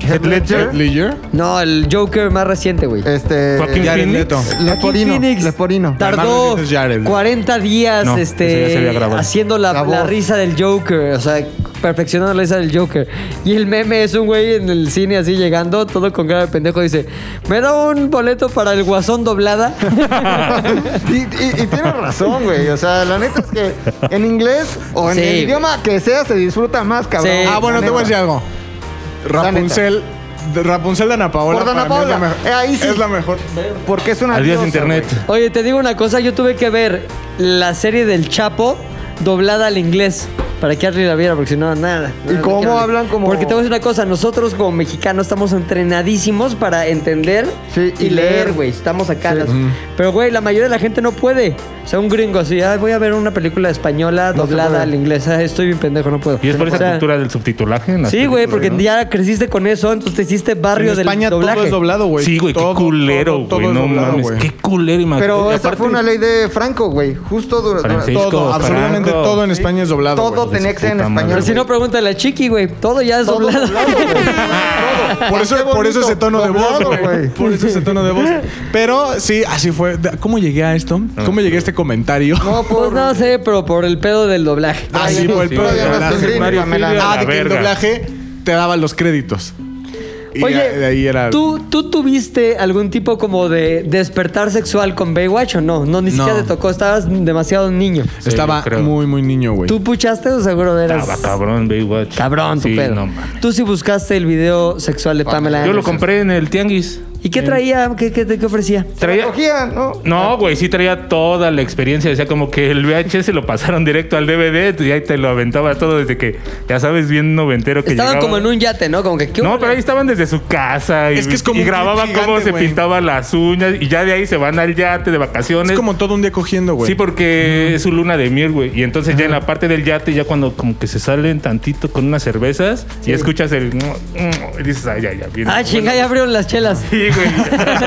Heath Ledger.
no, el Joker más reciente, güey.
Este...
Joaquín
Jared
Phoenix.
Leto.
Leporino,
Joaquín Phoenix
Leporino.
Tardó
Hermano, ese es Jared.
40 días
No, ese ya se
este,
había grabado.
haciendo la,
La
la
voz.
risa del Joker, o sea, perfeccionando la risa del Joker. Y el meme es un güey en el cine así llegando, todo con cara de pendejo, dice, ¿me da un boleto para el guasón doblada?
<laughs>
Y, y- y tienes razón, güey. O sea, la neta es que en inglés o en
Sí,
el
güey.
idioma que sea se disfruta más, cabrón.
Sí.
Ah, bueno,
La
te voy a
neta.
decir algo. Rapunzel. de- Rapunzel de Ana Paola.
Por Dana
para mí es la
Paola.
mejor-
Eh, ahí sí.
Es la mejor.
Porque es una
Adiós
diosa,
internet.
güey.
Oye, te digo una cosa, yo tuve que ver la serie del Chapo doblada al inglés. Para que Adri la viera, porque si no, nada.
¿Y
nada,
cómo
no quiero-
hablan como-
Porque te voy a decir una cosa, nosotros como mexicanos estamos entrenadísimos para entender
Sí,
y
y
leer,
leer.
güey. Estamos acá.
Sí.
las- Pero, güey, la mayoría de la gente no puede. O sea, un gringo así, "Ay, voy a ver una película española
No se
doblada
puede.
al inglés. Ay, estoy bien pendejo, no puedo.
Y es por
O
esa
sea,
cultura del subtitulaje. en las
Sí, güey,
películas,
porque
¿no?
ya creciste con eso, entonces te hiciste barrio
en
del
España
doblaje.
todo es doblado, güey.
Sí, güey, qué
Todo,
culero,
todo, todo
güey.
es
No
doblado,
mames,
güey.
qué culero, imagínate.
Pero
Y
esa
aparte-
fue una ley de Franco, güey. Justo durante...
Francisco,
Todo,
Franco.
absolutamente todo en España es doblado.
Todo
güey.
tenía que ser en
puta madre.
español.
Pero si
güey.
no, pregúntale a Chiqui, güey. Todo ya es
Todo
doblado. Pues
doblado,
<laughs>
güey.
<laughs> Por eso, por eso ese tono de voz,
Doblado,
güey.
güey.
Por eso ese tono de voz. Pero sí, así fue. De- ¿Cómo llegué a esto?
Ah.
¿Cómo llegué a este
<laughs>
comentario?
No, por...
Pues no sé, pero por el pedo del doblaje.
Ah, sí,
sí,
por el
sí,
pedo
todavía
del
no
doblaje.
entendí,
Mario
Pamela.
Filio. Ah, de
La
que el
verga.
doblaje te daba los créditos. Y
Oye,
de ahí era.
¿tú, ¿tú tuviste algún tipo como de despertar sexual con Baywatch o no? No, ni
No.
siquiera te tocó, estabas demasiado niño.
Sí,
Estaba
yo creo.
muy, muy niño, güey.
¿Tú puchaste o seguro eras
Estaba cabrón, Baywatch.
cabrón tu
Sí,
pedo?
no mames.
Tú sí buscaste el video sexual de Pamela
Yo lo
Anderson.
compré en el Tianguis.
¿Y qué traía? ¿Qué, qué, qué ofrecía?
Traía.
Cogía, ¿no?
No, güey, sí traía toda la experiencia. O sea, como que el VHS lo pasaron directo al DVD y ahí te lo aventabas todo desde que, ya sabes, bien noventero que
Estaban
llegaba.
como en un yate, ¿no? Como que... ¿qué
No,
hubo?
pero ahí estaban desde su casa y,
Es que es como
y
un club
grababan cómo
gigante,
se
güey.
pintaban las uñas y ya de ahí se van al yate de vacaciones.
Es como todo un día cogiendo, güey.
Sí, porque es su luna de miel, güey. Y entonces ya en la parte del yate, ya cuando como que se salen tantito con unas cervezas y escuchas el... y dices, ay, ya, ya. viene".
Ah, chinga, ya abrieron las chelas.
<laughs> Sí, güey.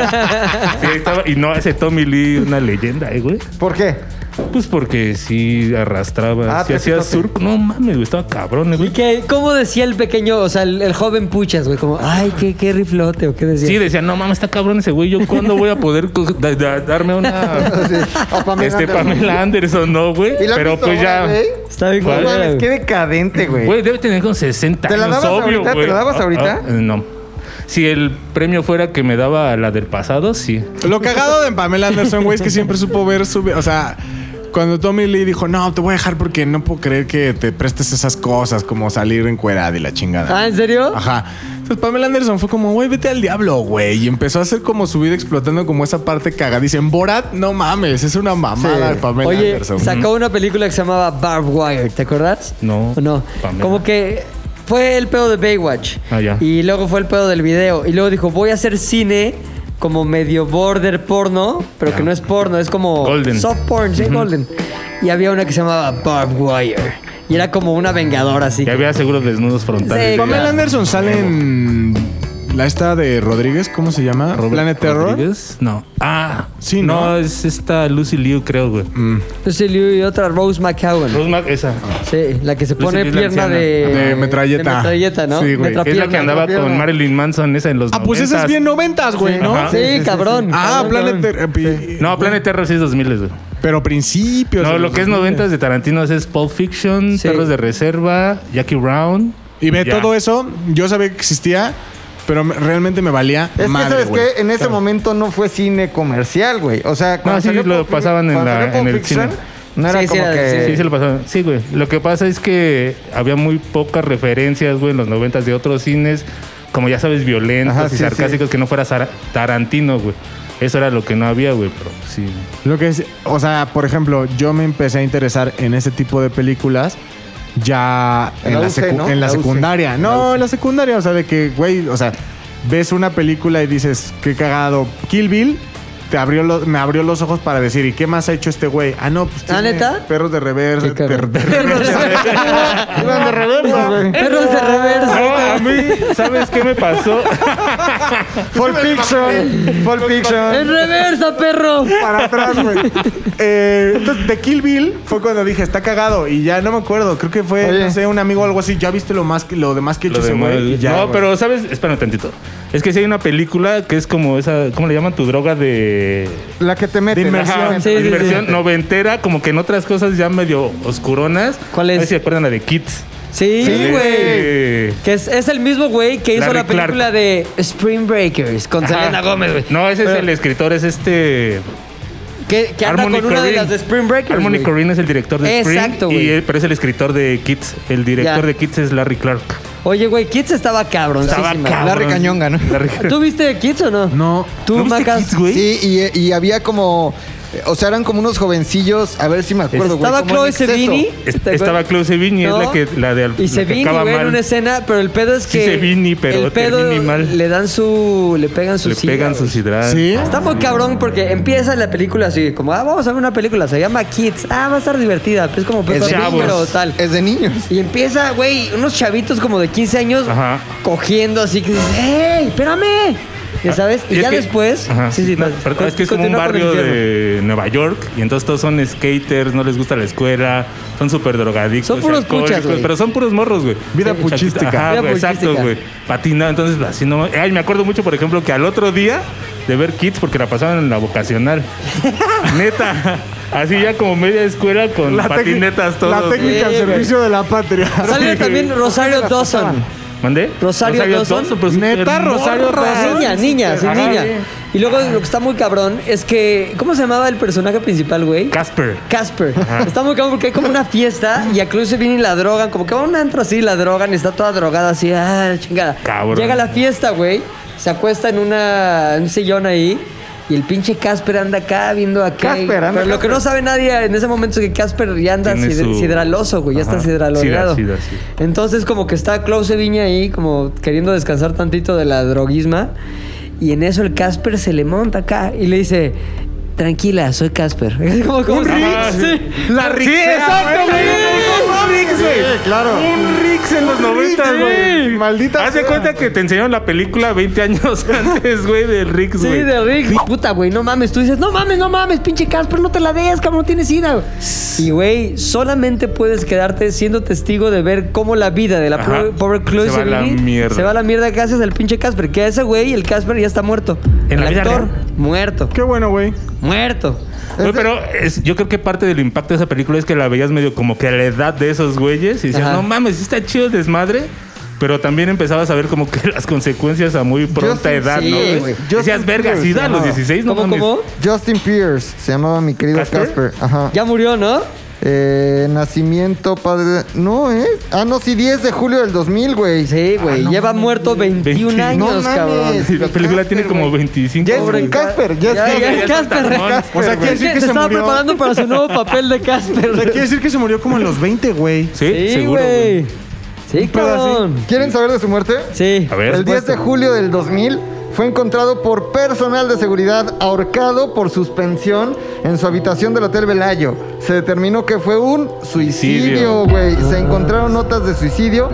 Sí, ahí estaba. Y no, ese Tommy Lee, una leyenda, eh, güey.
¿Por qué?
Pues porque sí arrastraba,
Ah,
sí hacía
tepitote.
surco. No mames, güey, estaba cabrón, eh,
¿Y
güey.
qué? ¿Cómo decía el pequeño, o sea, el, el joven puchas, güey? Como, ay, qué, qué riflote, o qué decía.
Sí, decía, no mames, está cabrón ese güey. ¿Yo cuándo voy a poder co- da- da- darme una.
A Pamela
este
Anderson.
Pamela Anderson, no, güey?
¿Y la has
Pero
visto
pues
ahora,
ya.
güey?
Está bien,
No
¿Cuál?
culera,
mames,
güey.
qué decadente, güey.
Güey, debe tener con 60
¿Te la
años,
dabas
obvio,
ahorita? ¿Te
güey.
la dabas
Ah,
ahorita?
ah, no. Si el premio fuera que me daba la del pasado, sí.
Lo cagado de Pamela Anderson, güey, es que siempre supo ver su. O sea, cuando Tommy Lee dijo, no, te voy a dejar porque no puedo creer que te prestes esas cosas, como salir encuerada y la chingada.
Ah, ¿en serio?
Ajá. Entonces Pamela Anderson fue como, güey, vete al diablo, güey. Y empezó a hacer como su vida explotando como esa parte cagada. Dicen, Borat, no mames, es una mamada
Sí.
de Pamela
Oye,
Anderson.
sacó una película que se llamaba Barbed Wire, ¿te acuerdas?
No,
¿O no?
Pamela.
Como que fue el pedo de Baywatch.
Ah, ya.
Y luego fue el pedo del video. Y luego dijo, voy a hacer cine como medio border porno, pero que no es porno, es como
Golden.
soft porn, sí, golden. Y había una que se llamaba Barbed Wire. Y era como una vengadora así.
Ya había seguro desnudos frontales.
Sí,
Pamela
Ya.
Anderson sale en. La esta de Rodríguez, ¿cómo se llama?
Robert
Planet Terror.
Rodríguez? No. Ah,
Sí,
no.
¿no?
es esta Lucy Liu, creo, güey.
Mm.
Lucy Liu y otra Rose McCowan.
Rose Mac- esa.
Sí, la que se
Lucy
pone
Liu es la
pierna
anciana.
de...
De metralleta.
De metralleta, ¿no?
Sí, güey.
Es la que
Metrapierna.
andaba
pierna.
con Marilyn Manson, esa en los
Ah, pues esa es
90s.
bien noventas, güey, ¿no?
Ajá.
Sí, cabrón.
Ah,
cabrón,
Planet
cabrón.
Terror.
No, Planet Terror sí es 2000, güey.
Pero principios.
No,
de
lo
los
que es
2000.
90 de Tarantino es Pulp Fiction,
Sí.
Perros de Reserva, Jackie Brown.
Y ve
Ya.
todo eso, yo sabía que existía, pero me- realmente me valía
Es
madre,
que, ¿sabes
güey.
qué? En ese momento no fue cine comercial, güey. O sea,
No, sí,
salió
lo
Pulp Fic-
pasaban en
cuando
la-
salió Pulp
en el
Fiction,
cine.
No era
Sí, sí,
como
era-
que...
Sí, se lo pasaron. Sí, güey. Lo que pasa es que había muy pocas referencias, güey, en los noventas de otros cines, como ya sabes, violentos
Ajá,
y
sí,
sarcásticos, que no fuera Sara- Tarantino, güey. Eso era lo que no había, güey, pero sí.
Lo que es, o sea, por ejemplo, yo me empecé a interesar en ese tipo de películas ya
En
en,
la
la,
UC,
secu-
¿no?
en la
La UC.
secundaria. No, en la secundaria, o sea, de que, güey, o sea, ves una película y dices, qué cagado, Kill Bill. Te abrió lo- me abrió los ojos para decir, ¿y qué más ha hecho este güey? Ah, no, pues
¿Ah,
tiene
neta?
perros de reversa.
Qué cagado.
per- de reversa. Iban de reversa, güey.
Perros de reversa.
a mí, <laughs> ¿sabes qué me pasó?
Full Fiction. Full Fiction.
En reversa, perro.
para atrás, güey. Eh, entonces, de Kill Bill fue cuando dije, está cagado. Y ya no me acuerdo. Creo que fue,
Oye.
no sé, un amigo o algo así. ¿Ya viste lo, más que, lo demás
<laughs>
que he hecho
Lo
ese
demás-
güey? Y ya,
no,
güey.
pero sabes, espérame tantito. Es que si hay una película que es como esa, ¿cómo le llaman tu droga de
La que te mete.
De
la que
inmersión.
te mete.
Sí, sí, sí.
inversión noventera, como que en otras cosas ya medio oscuronas?
¿Cuál es?
No sé si acuerdan la de Kids.
Sí,
Sí,
güey.
güey.
Que es, es el mismo güey que hizo
Larry
la película
Clark.
de Spring Breakers con Selena Gómez, güey.
No, ese es
Pero-
el escritor, es este.
Que, que anda
Harmony
con una de
Korine.
las de Spring Breakers.
Harmony
güey.
Korine es el director de Spring.
Exacto, güey.
y él, pero es el escritor de Kids. El
Ya.
director de Kids es Larry Clark.
Oye, güey, Kids estaba cabrón.
Larry
Cabrón.
Cañonga, ¿no?
<laughs>
Larry-
¿Tú viste Kids o no?
No.
¿Tú,
¿No viste
Macas?
Kids, güey?
Sí, y, y había como... O sea, eran como unos jovencillos. A ver si me acuerdo, güey.
Estaba
como
Chloe
en exceso.
Sevigny.
Est-
¿te acuerdas?
Estaba Chloe Sevigny, es
No.
la que la de al-
Y
la que
Sevigny,
acaba
güey, en
mal.
una escena, pero el pedo es
Sí,
que.
Sevigny, pero
el pedo
termina mal.
Le dan su. Le pegan su
Le
sida,
pegan
güey.
sus hidratos.
¿Sí?
Está muy cabrón porque empieza la película así, como, ah, vamos a ver una película, se llama Kids, ah, va a estar divertida, pues como
Es
Peppa
de
Pig,
chavos.
pero tal.
Es de niños.
Y empieza, güey, unos chavitos como de 15 años
Ajá.
cogiendo así que dices, ¡Ey, espérame! Ya sabes, y,
Ah, es
ya
que-
después...
Ajá. No,
vas-
pero es que es como un
continúa con el
barrio
infierno.
de Nueva York y entonces todos son skaters, no les gusta la escuela, son súper drogadictos.
Son puros
y alcohólicos,
puchas, güey.
Pero son puros morros, güey.
Vida
Sí,
puchística.
Ajá,
Vida
güey, exacto,
puchística.
güey. Patina, entonces así no. Ay, me acuerdo mucho, por ejemplo, que al otro día de ver Kids, porque la pasaban en
<laughs>
la vocacional. Neta. Así ya como media escuela con
La tec-
patinetas todos.
La técnica al
Sí, güey.
servicio de la patria.
<laughs> Sale también Rosario Dawson.
¿Mandé?
Rosario Dawson.
pero súper
Neta,
morro,
Rosario
güey.
Dawson.
Niña, niña, sí,
Ajá.
niña. Y luego lo que está muy cabrón es que... ¿Cómo se llamaba el personaje principal, güey?
Casper.
Casper. Está muy cabrón porque hay como una fiesta y a Chloe se viene y la drogan. Como que va a un antro así y la drogan y está toda drogada así. Ah, la chingada.
Cabrón.
Llega a la fiesta, güey. Se acuesta en una, en un sillón ahí. Y el pinche Casper anda acá viendo acá.
Casper,
y-
anda
Pero lo que no sabe nadie en ese momento es que Casper ya anda
Tiene
sidr-
su-
sidraloso, güey. Ya está
Ajá.
sidraloreado.
Sida, sida, sí.
Entonces como que está Klaus Viña ahí como queriendo descansar tantito de la droguisma y en eso el Casper se le monta acá y le dice, tranquila, soy Casper. <laughs> Como, como si-
Rix.
sí.
La Rix.
Sí, exacto, güey.
Un Rix, güey. claro.
Un Rix en los 90, güey.
Maldita
Haz de
sea.
cuenta que te enseñaron la película 20 años antes, güey, del Rix,
Sí,
güey.
de Rick. Puta, güey, no mames. Tú dices, no mames, no mames, pinche Casper, no te la des, cabrón, no tienes ida. güey". Y, güey, solamente puedes quedarte siendo testigo de ver cómo la vida de la
Ajá.
pro- pobre Chloe
Se va a la
Sevigny
mierda.
se va a la mierda gracias al pinche Casper. Que a ese güey, el Casper ya está muerto.
En la
el
vida
actor,
real.
muerto,
Qué bueno, güey.
muerto.
Güey, pero es- yo creo que parte del impacto de esa película es que la veías medio como que a la edad de esos güeyes y decías,
Ajá.
no mames, sí está chido el desmadre. Pero también empezabas a ver como que <laughs> las consecuencias a muy pronta
sí-
edad,
sí,
¿no?
güey.
güey?
Yo
Decías,
sí-
verga,
sí,
sí da a los
ajá.
16, no
¿Cómo,
mames. <laughs>
cómo?
Justin Pierce, se llamaba mi querido Casper.
¿Casper?
Ajá.
Ya murió, ¿no?
Eh, nacimiento, padre. No, ¿eh? Ah, no, sí, 10 de julio del 2000, güey.
Sí, güey. lleva muerto 21
20.
años,
No mames.
cabrón.
Sí, la película tiene como 25.
Ya es
güey.
un Casper, ya es
Ya, ya
Casper.
es Casper. <laughs>
Casper,
O sea, quiere
Es
decir
que
que
se
se
estaba
murió.
preparando para su nuevo papel de Casper.
O sea, quiere decir que se murió como en los 20, güey.
Sí, seguro. güey.
Sí,
pedo así.
cabrón.
¿Quieren saber de su muerte?
Sí.
A ver.
El 10 de julio del 2000 fue encontrado por personal de seguridad ahorcado por suspensión en su habitación del Hotel Velayo. Se determinó que fue un suicidio,
Suicidio.
güey. Se encontraron notas de suicidio.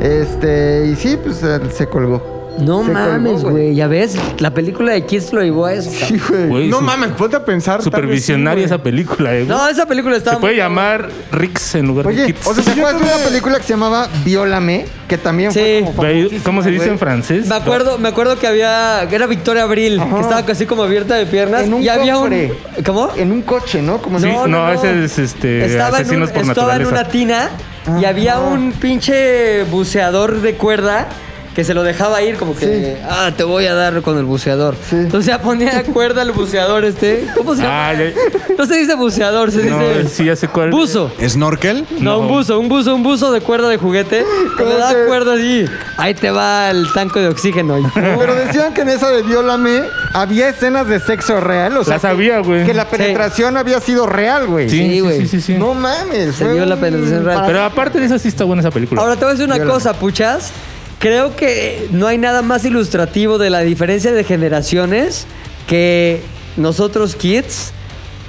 Este, y sí, pues él se colgó.
No
Se colgó,
mames, güey. Ya ves, la película de Kiss lo llevó a eso. cabrón.
Sí, güey.
Güey,
No
su-
mames, ponte a pensar. tal vez sí,
Supervisionaria
güey.
esa película, eh, güey.
No, esa película estaba.
Se puede llamar Rix en lugar de
Oye,
Kids.
o sea, ¿se
Yo
acuerdan de
tuve-
una película que se llamaba Viólame? Que también
Sí.
fue como
Güey,
famosísima,
¿Cómo se dice
güey.
en francés?
Me acuerdo, me acuerdo que había. que Era Victoria Abril, que estaba casi como abierta de piernas.
En un
y había
cofre.
un. ¿Cómo?
En Eh, un coche, ¿no? Como
Sí,
en-
no, ese es, este,
Estaba, en, un-
Asesinos por
estaba en
Ah,
Naturaleza.
una tina y había un pinche buceador de cuerda que se lo dejaba ir como que,
Sí.
ah, te voy a dar con el buceador.
Sí.
Entonces ya ponía cuerda al buceador este. ¿Cómo se llama?
Ah, ya-
<laughs> No se dice buceador, se dice
no, sí, ya sé cuál.
buzo.
¿Snorkel?
No, un buzo, un buzo, un buzo de cuerda de juguete. Le da cuerda así. Ahí te va el tanco de oxígeno.
Pero decían que en esa de Viólame había escenas de sexo real, o sea,
La sabía, güey.
que la penetración había sido real, güey.
Sí, güey.
<laughs> Sí, sí, sí.
No mames.
Se
fue
vio la
un-
penetración real.
Pero aparte de eso, sí está buena esa película.
Ahora te voy a decir una cosa, puchas. Creo que no hay nada más ilustrativo de la diferencia de generaciones que nosotros kids,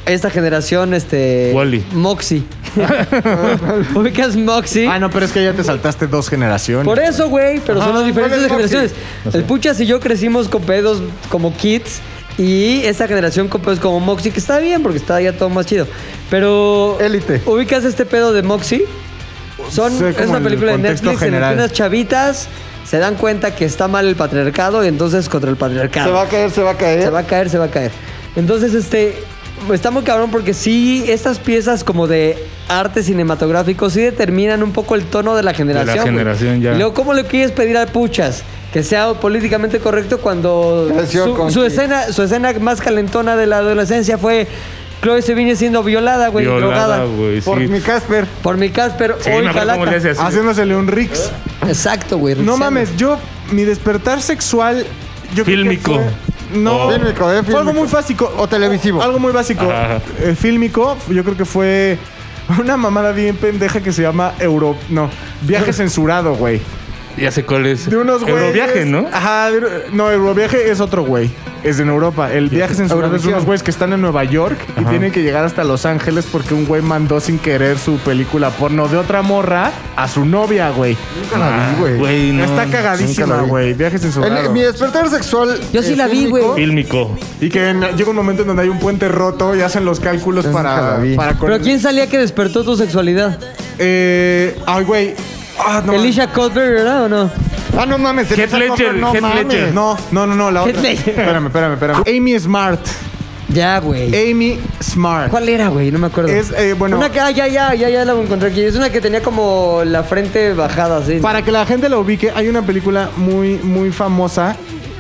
esta generación, este...
Wall-E. <laughs>
Moxie. <laughs> Ubicas Moxie.
Ah, no, pero es que ya te saltaste dos generaciones.
Por eso, güey, pero son
Ajá,
las diferencias de
¿cuál es
generaciones. El Puchas y yo crecimos con pedos como kids y esta generación con pedos como Moxie, que está bien porque está ya todo más chido. Pero.
Élite.
¿Ubicas este pedo de Moxie? Son,
Sé como
es una
el
película de
contexto
Netflix en la
general.
que unas chavitas se dan cuenta que está mal el patriarcado y entonces contra el patriarcado.
Se va a caer, se va a caer.
Se va a caer, se va a caer. Entonces, este, está muy cabrón porque sí, estas piezas como de arte cinematográfico sí determinan un poco el tono de la generación. güey.
generación, ya.
Y luego, ¿cómo le quieres pedir al Puchas? Que sea políticamente correcto cuando
Creció
su,
con
su
Kids.
escena, su escena más calentona de la adolescencia fue Chloe Sevigny siendo violada, güey,
Violada,
drogada.
güey. Sí.
Por mi Casper.
Por mi Casper,
Sí,
hoy
me acuerdo cómo le
Calaca.
hace así.
Haciéndosele un Rix.
Exacto, güey.
No
Rixando.
mames, yo, mi despertar sexual. Yo creo que
Fílmico.
fue- no,
Oh.
Fílmico, eh,
Fue algo
fílmico.
muy básico.
O televisivo.
Algo muy básico.
Ajá.
Eh, fílmico, yo creo que fue una mamada bien pendeja que se llama Euro. No, viaje censurado, güey.
Ya sé cuál es.
De unos güeyes. Ah,
Euroviaje, ¿no?
Ajá, de- no, Euroviaje es otro güey. Es en Europa. El viaje censurado es de
Eurovisión.
unos güeyes que están en Nueva York y tienen que llegar hasta Los Ángeles porque un güey mandó sin querer su película porno de otra morra a su novia, güey.
Nunca la vi, Ah, güey.
Güey, no.
Está
nunca
cagadísima,
la vi.
güey. Viaje
El-
censurado.
Mi despertar sexual.
Yo sí
eh,
la vi,
fílmico,
güey.
Fílmico.
Y que en- llega un momento en donde hay un puente roto y hacen los cálculos
Yo nunca
para,
la vi.
para con-
Pero ¿quién salía que despertó tu sexualidad?
Eh, ay, güey. Ah, no.
¿Elisha Cuthbert, verdad o no?
Ah, no mames.
Heath
Elisa
Ledger,
Cooper, no
Heath
mames.
Ledger.
No, no, no, no, la otra.
Hitler.
Espérame, espérame, espérame. Amy Smart.
Ya,
Eh,
güey.
Amy Smart.
¿Cuál era, güey? No me acuerdo.
Es, eh, bueno,
Una que, ah, ya, ya, ya, ya la encontré aquí. Es una que tenía como la frente bajada, así.
para que la gente la ubique, hay una película muy, muy famosa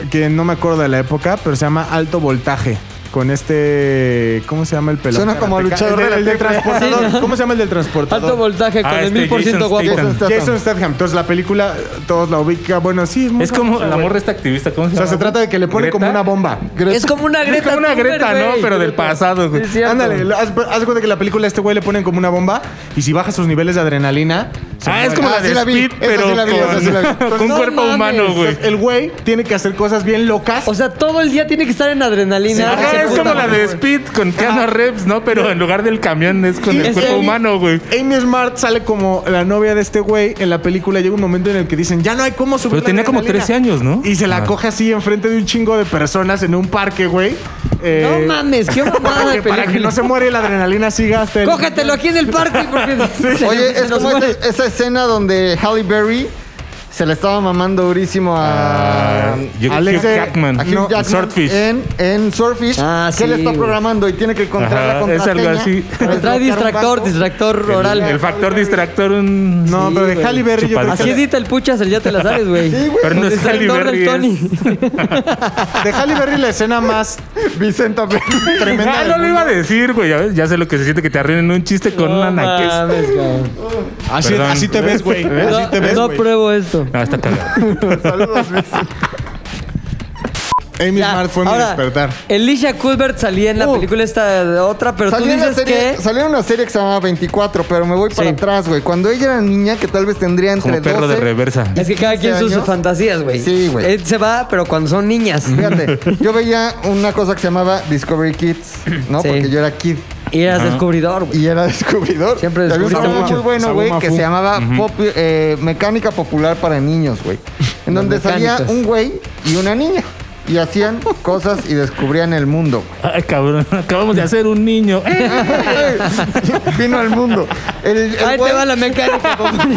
que no me acuerdo de la época, pero se llama Alto Voltaje. Con este. ¿cómo se llama el pelotón?
Suena como luchador
El,
de la
del- el del
película.
transportador. ¿Cómo se llama el del transportador?
Alto voltaje con
Ah,
el
este,
mil por ciento
Jason
guapo.
Statham.
Jason Statham. Entonces la película, todos la ubican. Bueno, sí. muy
Es como
famosa,
la
güey.
morra esta activista. ¿Cómo se
O
llama?
sea, se trata de que le pone como
¿Greta?
una bomba.
Es como una
Es
Greta.
como una
Thunberg,
greta, ¿no?
güey.
Pero del pasado, güey.
Sí, es cierto.
Ándale, lo- haz, haz de cuenta que la película a este güey le ponen como una bomba y si baja sus niveles de adrenalina. se
Ah,
muere.
es como la
Ah, sí
de
la vi,
Speed,
esa
pero
sí la vi, esa sí la vi.
<laughs> con, con
No
cuerpo
mames,
humano, güey.
entonces, El güey tiene que hacer cosas bien locas.
O sea, todo el día tiene que estar en adrenalina.
Ajá,
Ese
es
puta
como la de
madre.
Speed con Keanu Reeves, ¿no? Pero en lugar del camión es con
Y
el
es
cuerpo
Amy-
humano, güey.
Amy Smart sale como la novia de este güey en la película. Llega un momento en el que dicen, ya no hay cómo subir.
Pero
la
tenía como
adrenalina".
13 años, ¿no?
Y se la
Ah.
coge así enfrente de un chingo de personas en un parque, güey. Eh,
No mames,
<laughs>
qué mamada
para
de
que, para
película.
que no se muere y la adrenalina siga hasta el...
Cógetelo aquí en el parque
<laughs>
porque se-
Oye,
se
es
nos
como
muere.
esa, esa escena donde Halle Berry se le estaba mamando durísimo a.
Ah, yo-
Alex
Hugh
de-
Jackman.
a Hugh
No,
Jackman
Swordfish.
En, en Swordfish.
Ah,
Que él
sí,
está
güey.
programando y tiene que encontrar
Ajá,
la
es
contraseña.
algo así.
Pero
para
trae
desbloquear un
distractor,
banco.
distractor oral.
El factor distractor, un.
No,
Sí,
pero de
güey.
Halle Berry yo creo que
Así edita el puchas, el ya
<laughs>
te la sabes, güey.
Pero no es Halle
Distractor del
Berry. es-
Tony.
De Halle Berry la escena más
Vicenta Fernández.
tremenda.
Ah,
del
no lo
mundo.
iba a decir, güey. Ya, ves, ya sé lo que se siente que te arruinen un chiste con una naquez.
mames, cabrón.
Así,
Perdón.
así te ves, güey. Así te
No,
ves,
no
güey.
apruebo esto.
No, está cagado.
Saludos, Vic.
Amy
Ya,
Smart fue mi
ahora,
despertar.
Elisha Cuthbert salía en la
Uh.
película esta de otra, pero tú
Salió una,
dices
serie,
que...
salió una serie que se llamaba 24, pero me voy para
Sí.
atrás, güey. Cuando ella era niña, que tal vez tendría entre
Como perro
12,
de reversa.
Es que cada quien
15
sus
años.
fantasías, güey.
Sí, güey.
Él se va, pero cuando son niñas.
Fíjate, yo veía una cosa que se llamaba Discovery Kids, ¿no?
Sí.
Porque yo era kid
<laughs> Y eras descubridor, güey.
y era <laughs> descubridor.
Siempre
Y había un
descubriste
programa
mucho.
muy bueno, güey, que
Sabumafu.
se llamaba Popu- eh, Mecánica Popular para Niños,
<laughs>
güey. En
Los
donde salía
mecánicos.
un güey y una niña.
<laughs>
Y hacían cosas y descubrían el mundo. güey.
Ay, cabrón. Acabamos de hacer un <laughs> niño.
Vino al mundo. El, el
Ahí
güey-
te va la
<laughs>
mecánica, compadre.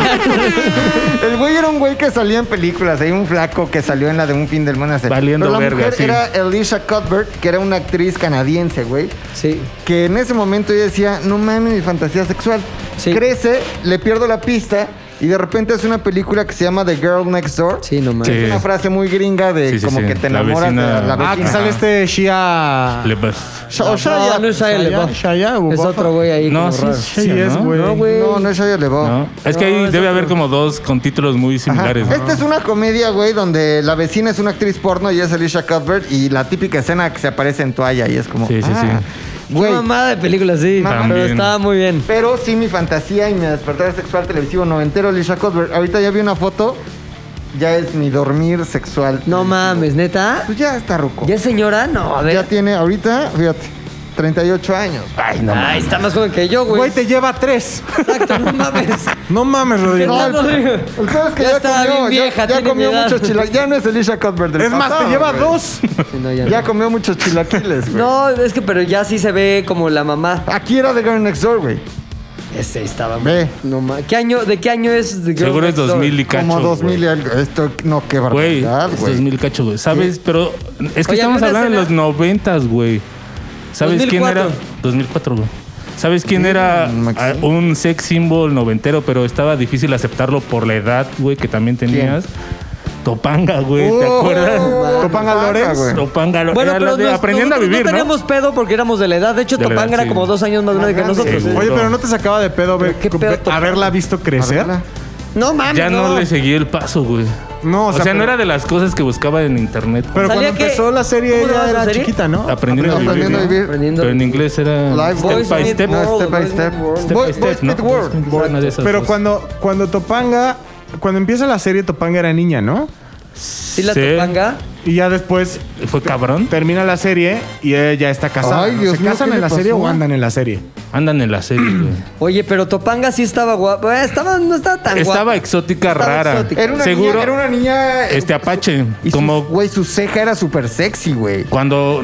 El güey era un güey que salía en películas. Hay un flaco que salió en la de Un Fin del Mundo. hace-
Valiendo
Pero la
verga,
mujer
sí.
era Elisha Cuthbert, que era una actriz canadiense, güey.
Sí.
Que en ese momento ella decía, no mames, mi fantasía sexual.
Sí.
Crece, le pierdo la pista. Y de repente es una película que se llama The Girl Next Door.
Sí, no mames.
Sí.
Es una frase muy gringa de
Sí, sí,
como
sí.
que te
La
enamoras
vecina-
de la
Ah, que
vecina.
sale este Shia.
Le vas.
Sh- o Shia.
No, no es Shia LaBeouf.
Shia o
Es
Bufa.
otro güey ahí.
No,
como
sí,
raro.
es Shia,
Sí es,
¿no?
güey.
No, güey.
No, no es Shia LaBeouf.
No. Es que ahí debe haber como dos con títulos muy
Ajá.
similares. ¿no?
Esta es una comedia, güey, donde la vecina es una actriz porno y es Alicia Cuthbert y la típica escena que se aparece en toalla y es como...
Sí, sí, sí.
ah,
Una
Güey,
mamada de película, sí.
Mamá.
Pero
También.
estaba muy bien.
pero sí mi fantasía y mi despertar sexual televisivo noventero Alicia Cuthbert. Ahorita ya vi una foto, ya es mi dormir sexual.
No mames, neta.
Pues ya está ruco.
¿Ya es señora? No, a ver.
Ya tiene ahorita, fíjate, 38 años.
Ay, no Ay, está más joven que yo, güey.
Güey, te lleva tres.
Exacto, no
<laughs>
mames.
No mames, Rodrigo.
No, no, digo.
El peor es que
Ya
ya,
está
comió,
bien
ya-
vieja,
ya,
tiene
comió
mi edad.
muchos chilaquiles. Ya no es Alicia Cuthbert del
Es más, te
pasado,
lleva
güey.
dos.
Sí, no, ya no.
<laughs> Ya comió muchos chilaquiles, güey.
No, es que pero ya sí se ve como la mamá.
Aquí era The Girl Next Door, güey.
Ese estaba
Ve.
No ma- ¿Qué año, ¿De qué año es? The Girl
Seguro
Next
es
Door?
2000 y cacho.
Como 2000 y
güey.
algo. Esto, no, qué
Güey,
barbaridad,
es
güey.
2000 cacho, güey. ¿Sabes? Pero es que
Oye,
estamos
había una
hablando de
escena-
los noventas, güey. ¿Sabes quién era?
2004.
2004, güey. ¿Sabes quién era ah, un sex symbol noventero, pero estaba difícil aceptarlo por la edad, güey, que también tenías? Topanga, güey, ¿te
Oh,
acuerdas?
Topanga
Topanga,
Lorenz.
güey.
Topanga, lo-
Bueno,
era
pero
la de
nos-
aprendiendo a
nosotros
vivir,
no
¿no?
teníamos pedo porque éramos de la edad. De hecho,
De la
Topanga
edad,
era
sí.
como dos años más grande que nosotros. ¿eh?
güey.
Oye, pero ¿no te sacaba de pedo ver,
¿Pero qué pedo tocar?
haberla visto crecer?
Verla.
No mames.
Ya no
no
le seguí el paso, güey.
No,
O sea, no
pero-
era de las cosas que buscaba en internet. güey.
Pero cuando
Salía que-
empezó la serie
¿Cómo se
ella
llama
era
su serie?
chiquita, ¿no?
aprendiendo, a vivir.
Aprendiendo a
¿no?
vivir.
Aprendiendo.
Pero en inglés era
Live
Boys
step by
Meet
step.
World.
No, Step by
Boys
Step.
Meet World.
Boy,
Step by
Boy
step,
Meet
¿no?
World.
Una de esas
Pero
dos.
cuando, cuando Topanga, cuando empieza la serie Topanga era niña, ¿no?
Sí, la
Sí.
Topanga.
Y ya después
Fue cabrón.
termina la serie y ella ya está casada.
Ay,
¿no?
Dios
¿Se
mío,
casan
¿qué
en
le
la serie
pasó? Eh,
o andan en la serie?
Andan en la serie, güey.
Oye, pero Topanga sí estaba guapa. Eh, Estaba, no estaba tan guapa.
Estaba exótica
Estaba
rara.
exótica.
Era una
Seguro.
niña, era una niña... eh,
Este Apache.
y
como
su- Güey, su ceja era súper sexy, güey.
cuando.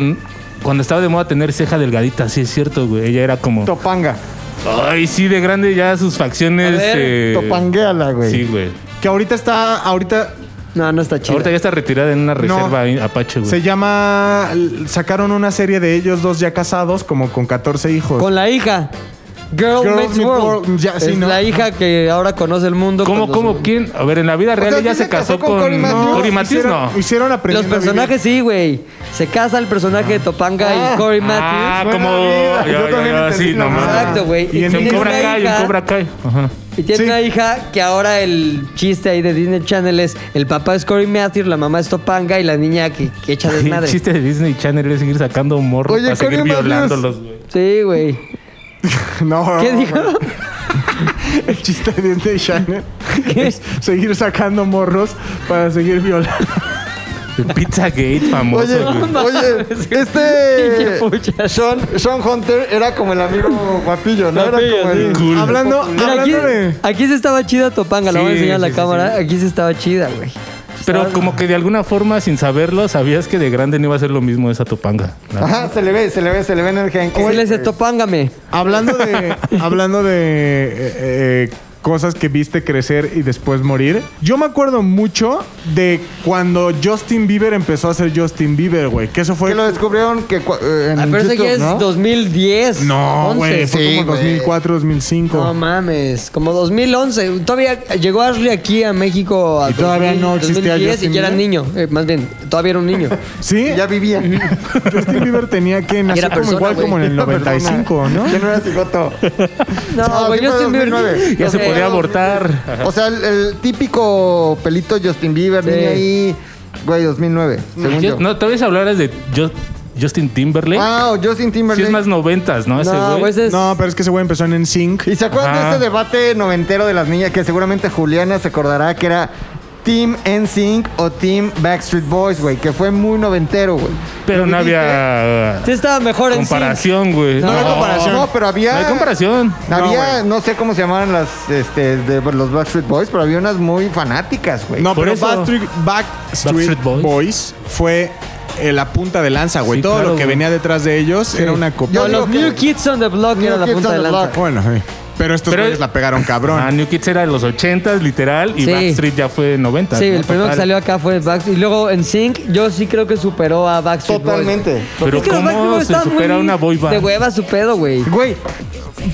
Cuando estaba de moda tener ceja delgadita, sí es cierto, güey. Ella era como.
Topanga.
Ay, sí, de grande ya sus facciones.
A ver,
eh,
Topangueala, güey.
Sí, güey.
Que ahorita está, ahorita
No, no está chida.
Ahorita ya está retirada en una reserva ahí, Apache,
se
güey.
llama, sacaron una serie de ellos dos ya casados, como con 14 hijos.
Con la hija. Girl
Girl
Next
Meets
World.
World, ya, sí,
es
¿no?
la hija que ahora conoce el mundo.
¿Cómo,
cuando
cómo,
su-
quién? A ver, en la vida real
sea,
ella
sí
se casó con. Cory
Matthews.
Matthews, no.
hicieron, hicieron
Los
aprendiendo a vivir.
personajes sí, güey. Se casa el personaje de Topanga y Corey
Ah,
Matthews.
como.
Buena vida.
Ya,
Yo
ya,
también
ya,
entendí
sí,
la
no
mamada.
mames.
Exacto, güey.
Y en
En
tiene
Cobra
una
Kai,
hija-
en Cobra Kai. Ajá.
Y tiene
Sí.
una hija que ahora el chiste ahí de Disney Channel es el papá es Corey Matthews, la mamá es Topanga y la niña que, que echa
El
desmadre.
chiste de Disney Channel es seguir sacando morros
Oye,
para seguir
Cory Matthews.
violándolos, güey.
Sí, güey.
No,
¿Qué
no,
dijo?
<laughs>
<laughs>
El chiste de Disney Channel es seguir sacando morros para seguir violando.
El Pizzagate famoso,
<laughs> Oye,
güey.
oye,
Eh,
Pinche
este
puchas.
Sean, <laughs> Sean Hunter era como el amigo guapillo, ¿no? Era
Guapillo,
como el
sí.
Cool.
Hablando,
Mira,
hablando
aquí,
de...
aquí se estaba chida Topanga, la voy a
Sí,
enseñar a la
sí, sí,
cámara. Aquí se estaba chida, güey.
Pero como que de alguna forma, sin saberlo, sabías que de grande no iba a ser lo mismo esa topanga. ¿no?
Ajá, se le ve, se le ve, se le ve en el gen.
Oh,
Sí, le dice, Topángame.
<laughs>
Hablando de, hablando de eh, eh, cosas que viste crecer y después morir, yo me acuerdo mucho de cuando Justin Bieber empezó a ser Justin Bieber, güey. Que eso fue.
Que lo descubrieron que cua- eh, en
Ah, pero ese
YouTube,
que es
¿no?
2010.
No,
11.
güey. Fue
sí,
como
güey.
2004, 2005.
No mames, como 2011. Todavía llegó Ashley aquí a México a
Y todavía no existía
y
Justin
ya era
Bieber.
niño. Eh, más bien, todavía era un niño.
<laughs> ¿Sí?
Ya vivía.
Justin Bieber tenía que nacer como
persona,
igual
güey.
como en el 95, ¿no?
Que no era cigoto.
No,
No,
güey,
sí fue
Justin Bieber.
2009.
Ya se
Eh,
podía abortar.
O sea, el, el típico pelito Justin Bieber,
Sí.
niño ahí, güey, 2009, según yo.
No, tal vez hablaras de Ju- Justin Timberlake.
Ah, o Justin
Sí
Timberlake.
es más noventas, ¿no? Ese
No, güey,
güey.
ese es.
<laughs> No, pero es que ese güey empezó en
<laughs>
NSYNC.
¿Y se acuerdan
Ajá.
de este debate noventero de las niñas? Que seguramente Juliana se acordará que era Team NSYNC o Team Backstreet Boys, güey. Que fue muy noventero, güey.
Pero
¿Lo
no
viviste?
había
Sí estaba mejor en sí.
comparación, güey.
No, no, comparación. No, pero había...
No hay comparación.
Había, no, sé cómo se llamaban las, este, de los Backstreet Boys, pero había unas muy fanáticas, güey.
No,
Por
pero
eso-
Backstreet, Backstreet
Backstreet Boys.
Boys. fue eh, la punta de lanza, güey.
Sí,
Todo
claro,
lo que
güey.
venía detrás de ellos era una
Yo
copia.
No, los
digo que-
New Kids on the Block
New
era la
Kids
punta
on
de
the
lanza.
Block.
Bueno, sí. pero estos
Pero-
güeyes la pegaron cabrón.
Ah, New Kids era de los ochentas, literal, y
Sí.
Backstreet ya fue noventas.
Sí,
¿no?
el primero que
Total.
salió acá fue Backstreet. Y luego en Sync, yo sí creo que superó a Backstreet Boys.
Totalmente.
Pero
Es que los Backstreet
¿cómo
Boys
se
estaban
supera
muy
una boy
De
band?
hueva su pedo, güey.
Güey,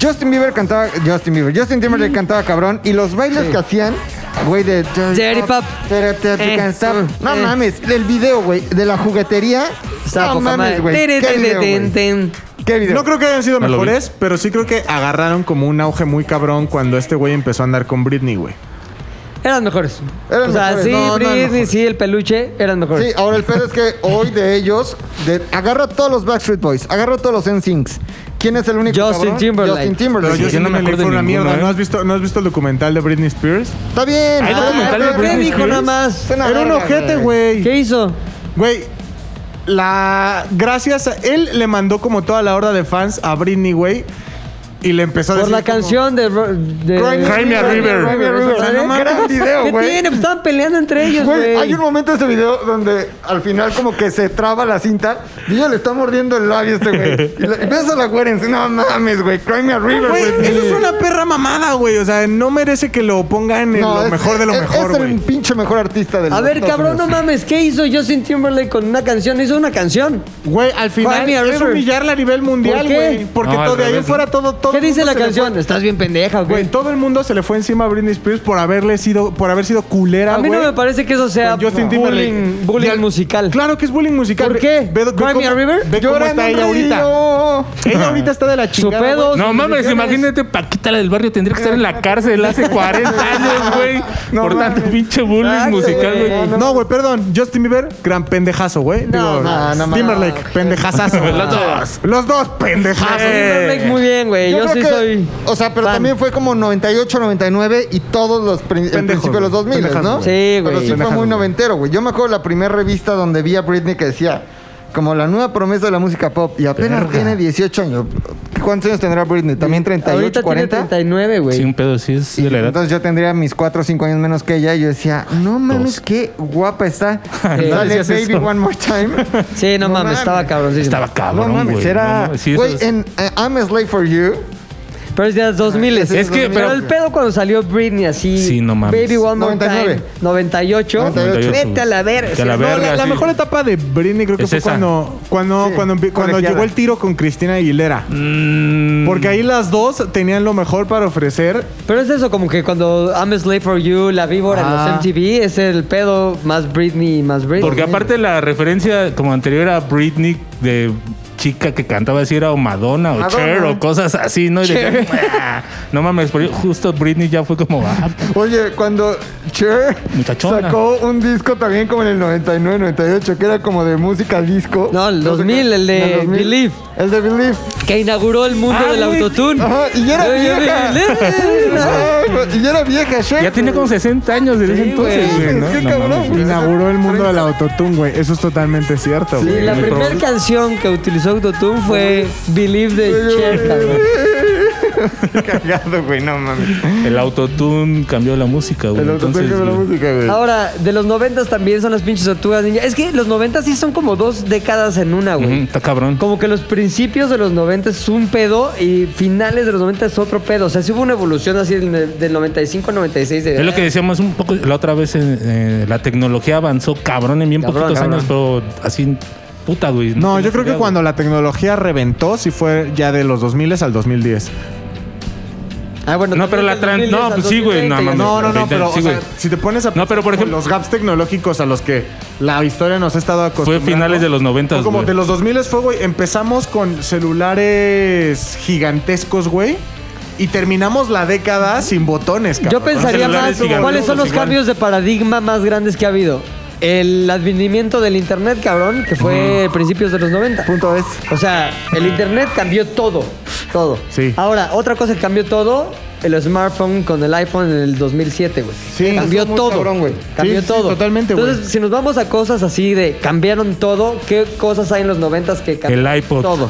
Justin Bieber cantaba. Justin Bieber. Justin Timberlake cantaba cabrón. Y los bailes que hacían, güey, de.
Dirty Pop.
Dirty Pop,
Eh,
Can't Stop.
eh.
No mames. El video, güey, de la juguetería.
Está
no
poca madre.
mames, güey.
Tere,
Qué
ten,
video,
ten,
güey.
ten.
Qué video.
No creo que hayan sido
No lo vi.
mejores, pero sí creo que agarraron como un auge muy cabrón cuando este güey empezó a andar con Britney, güey.
Eran mejores.
Eran
o sea,
mejores.
sí,
No, no,
Britney,
mejores.
sí, el peluche, eran mejores.
Sí, ahora el pedo es que hoy de ellos, de- agarra todos los Backstreet Boys, agarra todos los NSYNCs. ¿Quién es el único
Justin
cabrón?
Timberlake.
Justin
Pero
Timberlake.
yo
yo
sí
no
no
me
me le
acuerdo
fue
de
una
ninguno,
mierda.
¿eh?
¿No has, visto, ¿No has visto el documental de Britney Spears?
Está bien.
Hay
ah,
documental de
pero-
¿Qué
Britney
dijo
Spears?
nada más?
Suena
Era un
verga,
ojete, güey.
¿Qué hizo?
Güey, la. Gracias a él le mandó como toda la horda de fans a Britney, güey. Y le empezó a
Por
decir.
la
como-
canción de... Ro- de
Cry Me a River.
Cry Me a River.
O sea, no mames.
Gran video,
¿Qué
güey.
tiene? Pues Estaban peleando entre ellos,
Güey,
güey.
hay un momento de este video donde al final como que se traba la cinta y ella le está mordiendo el labio a este güey. Y la- y ves a la güey en sí, no mames, güey, cry me a river,
Güey,
güey.
eso es una perra mamada, güey. O sea, no merece que lo pongan en
No,
lo
es-
mejor de lo
es-
mejor,
Es el
güey.
pinche mejor artista del
A ver, cabrón, no mames, ¿qué hizo Justin Timberlake con una canción? Hizo una canción.
Güey, al final
Me a
es
River.
humillarla a nivel mundial,
¿Por qué?
güey. Porque
No, al
todo de ahí
revés.
fuera todo, todo.
¿Qué
el
dice
mundo
la
se le
canción?
fue-
Estás bien pendeja, güey.
Güey, todo el mundo se le fue encima a Britney Spears por haberle sido, por haber sido culera,
A mí
güey.
no me parece que eso sea
con Justin Timberlake.
bullying,
Y
bullying
al-
musical.
Claro que es bullying musical.
¿Por
Ve-
qué?
Ve, ve
Cry Me
cómo,
a River.
Ve cómo está ella ahorita. Ella ahorita está de la
Su
chingada. güey.
pedo.
No
sus
mames,
decisiones.
imagínate, Paquita la del barrio tendría que estar en la cárcel hace 40 años, güey. por tanto pinche bullying
Exacto,
musical,
güey.
güey.
No, güey, perdón. Justin Bieber, gran pendejazo, güey. Digo,
no, no,
Timberlake,
<laughs>
pendejazazo. Los dos. Los dos, pendejazos.
Ah,
Eh.
Timberlake muy bien, güey. Yo, sí soy.
O sea, pero
fan.
también fue como 98, 99 y todos los prin- el
Pendejos,
principio de los
güey.
2000,
Pendejos,
¿no?
güey.
Sí,
Pero
güey.
sí fue
Pendejos,
muy
güey.
noventero, güey. Yo me acuerdo la primera revista donde vi a Britney que decía, como la nueva promesa de la música pop, y apenas tiene 18 años. ¿Cuántos años tendrá Britney? ¿También 38,
Ahorita
40?
tiene 39, güey.
Sí, un pedo, sí es
Y
de la edad.
entonces yo tendría mis 4 o 5 años menos que ella y yo decía, no mames, qué guapa está. Eh, Sale
decías
Baby
eso.
One More Time.
Sí, no,
No
mames,
mames.
estaba cabroncísimo.
Estaba
No
cabrón, güey.
mames,
No
era...
mames, sí, eso
Güey,
es-
en eh, I'm a Slave for You...
Pero es de los 2000.
ese
es
pero,
2000.
el pedo cuando salió Britney así.
Sí, no mames.
Baby One More
99.
Time. 98.
98.
Vete a la verga.
Vete a la
sí,
No,
verga.
la, la
sí.
mejor etapa de Britney creo que
Es
fue
esa.
cuando cuando
Sí,
cuando, cuando
colegiada.
llegó el tiro con Cristina Aguilera.
Mm,
Porque ahí las dos tenían lo mejor para ofrecer.
Pero es eso, como que cuando I'm a Slave for You, La Víbora,
Ah.
los MTV, es el pedo más Britney, más Britney.
Porque aparte la referencia como anterior a Britney de chica que cantaba así era o Madonna o Cher o cosas así, ¿no? Y decías, "Ah, no mames, pero justo Britney ya fue como, ah,
Oye, cuando Cher
Muchachona.
sacó un disco también como en el 99, 98, que era como de música disco.
No, el 2000, el de
No,
Believe.
El de Believe.
Que inauguró el mundo
Ah,
del
güey.
autotune.
Ajá, y ya era
vieja.
<laughs>
Ay, y era vieja Cher.
ya tiene como 60 años desde ese
Sí,
entonces,
güey.
güey, ¿no?
Qué
No
cabrón,
mames.
güey.
Inauguró el mundo del autotune, güey. Eso es totalmente cierto,
Sí,
güey.
la primera canción que utilizó autotune fue Believe de Cher, cabrón.
Cagado, güey, no mames.
El autotune cambió la música, güey.
El autotune
entonces,
que era la
güey.
música, güey.
Ahora, de los noventas también son las pinches tortugas ninja. Es que los noventas sí son como dos décadas en una, güey.
Ujú, Está cabrón.
Como que los principios de los 90 es un pedo y finales de los 90 es otro pedo. O sea, sí hubo una evolución así del, del 95 al 96. De,
Es lo que decíamos un poco la otra vez, eh, eh, la tecnología avanzó cabrón en bien
Cabrón,
poquitos
cabrón.
años, pero así puta, güey.
No,
tiene
yo creo
idea,
que
güey.
cuando la tecnología reventó, sí fue ya de los 2000 al 2010.
Ah, bueno,
No, pero
también
la
del
tran-
2010
no,
al
pues sí, güey, no
2020,
mames.
No, no, no,
20,
pero o
sí,
sea,
güey.
si te pones a
No, pero, por
como
ejemplo-
los gaps tecnológicos a los que la historia nos ha estado
Fue
acostumbrando.
finales de los 90,
Fue como
güey.
de los 2000 fue, güey, empezamos con celulares gigantescos, güey, y terminamos la década sin botones,
Yo
cabrón.
pensaría
celulares
más
gigantes,
cuáles son los
pues,
igual.
cambios de paradigma más grandes que ha habido. El advenimiento del internet, cabrón, que fue principios de los 90.
Punto es.
O sea, el internet cambió todo, todo.
Sí.
Ahora, otra cosa que cambió todo, el smartphone con el iPhone en el 2007, güey.
Sí.
cambió
Eso muy
todo.
cabrón, güey.
Cambió
Sí, sí,
todo.
totalmente, güey.
Entonces, si nos vamos a cosas así de cambiaron todo, ¿qué cosas hay en los 90 que cambiaron?
El iPod.
Todo.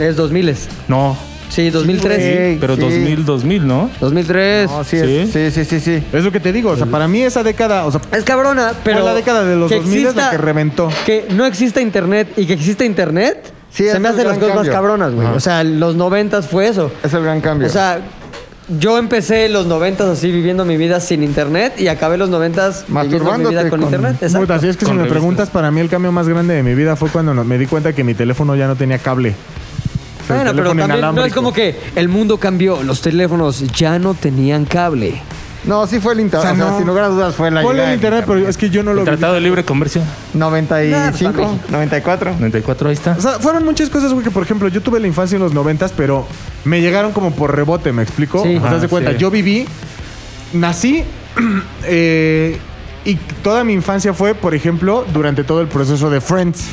Es 2000.
No,
Sí, 2003.
güey.
pero
Sí.
2000, 2000, ¿no?
2003.
No, sí, es- sí, sí, sí, sí.
Es lo que te digo, o sea, para mí esa década, o sea,
Es cabrona, pero.
la década de los
que
2000 es la que reventó.
Que no exista internet y que exista internet.
Sí, es
se me
el
hacen las
gran
cosas
cambio.
más cabronas, güey. O sea, los 90 fue eso.
Es el gran cambio.
O sea, yo empecé los 90 así viviendo mi vida sin internet y acabé los 90 viviendo mi
Masturbándote
vida con,
con-
internet.
puta,
Exacto.
si es que si
Con
me
revistas.
preguntas, para mí el cambio más grande de mi vida fue cuando no- me di cuenta que mi teléfono ya no tenía cable. el
Bueno, pero
teléfono
también no es
inalámbrico.
como que el mundo cambió, los teléfonos ya no tenían cable.
No, sí fue el
O
internet.
sea,
O sea,
no.
sin lugar a dudas fue la
Ponle
llegada del
en internet, pero es que yo no lo
El
vi.
Tratado de Libre Comercio.
95,
México.
94.
94, ahí está.
O sea, fueron muchas cosas, güey, que por ejemplo, yo tuve la infancia en los noventas, pero me llegaron como por rebote, ¿me explico?
Sí.
O sea,
Ajá,
haz de cuenta,
sí.
yo viví, nací <clears throat> eh, y toda mi infancia fue, por ejemplo, durante todo el proceso de Friends.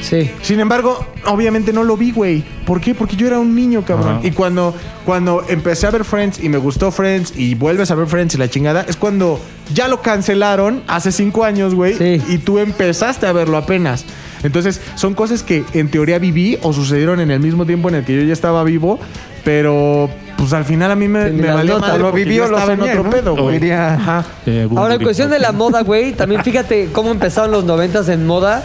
Sí.
Sin embargo, obviamente no lo vi, güey. ¿Por qué? Porque yo era un niño, cabrón.
Ajá.
Y cuando, cuando empecé a ver Friends y me gustó Friends y vuelves a ver Friends y la chingada, es cuando ya lo cancelaron hace cinco años, güey.
Sí.
Y tú empezaste a verlo apenas. Entonces, son cosas que en teoría viví o sucedieron en el mismo tiempo en el que yo ya estaba vivo, pero pues al final a mí me,
Sí, ni
me
las
valió
notas,
madre
lo
porque
viví
yo
o lo
estaba
soñé,
en
¿no?
otro pedo, güey.
Diría-
Ajá.
Eh, bu-
Ahora, en
bu-
cuestión de la moda, güey, también fíjate cómo empezaron los noventas en moda.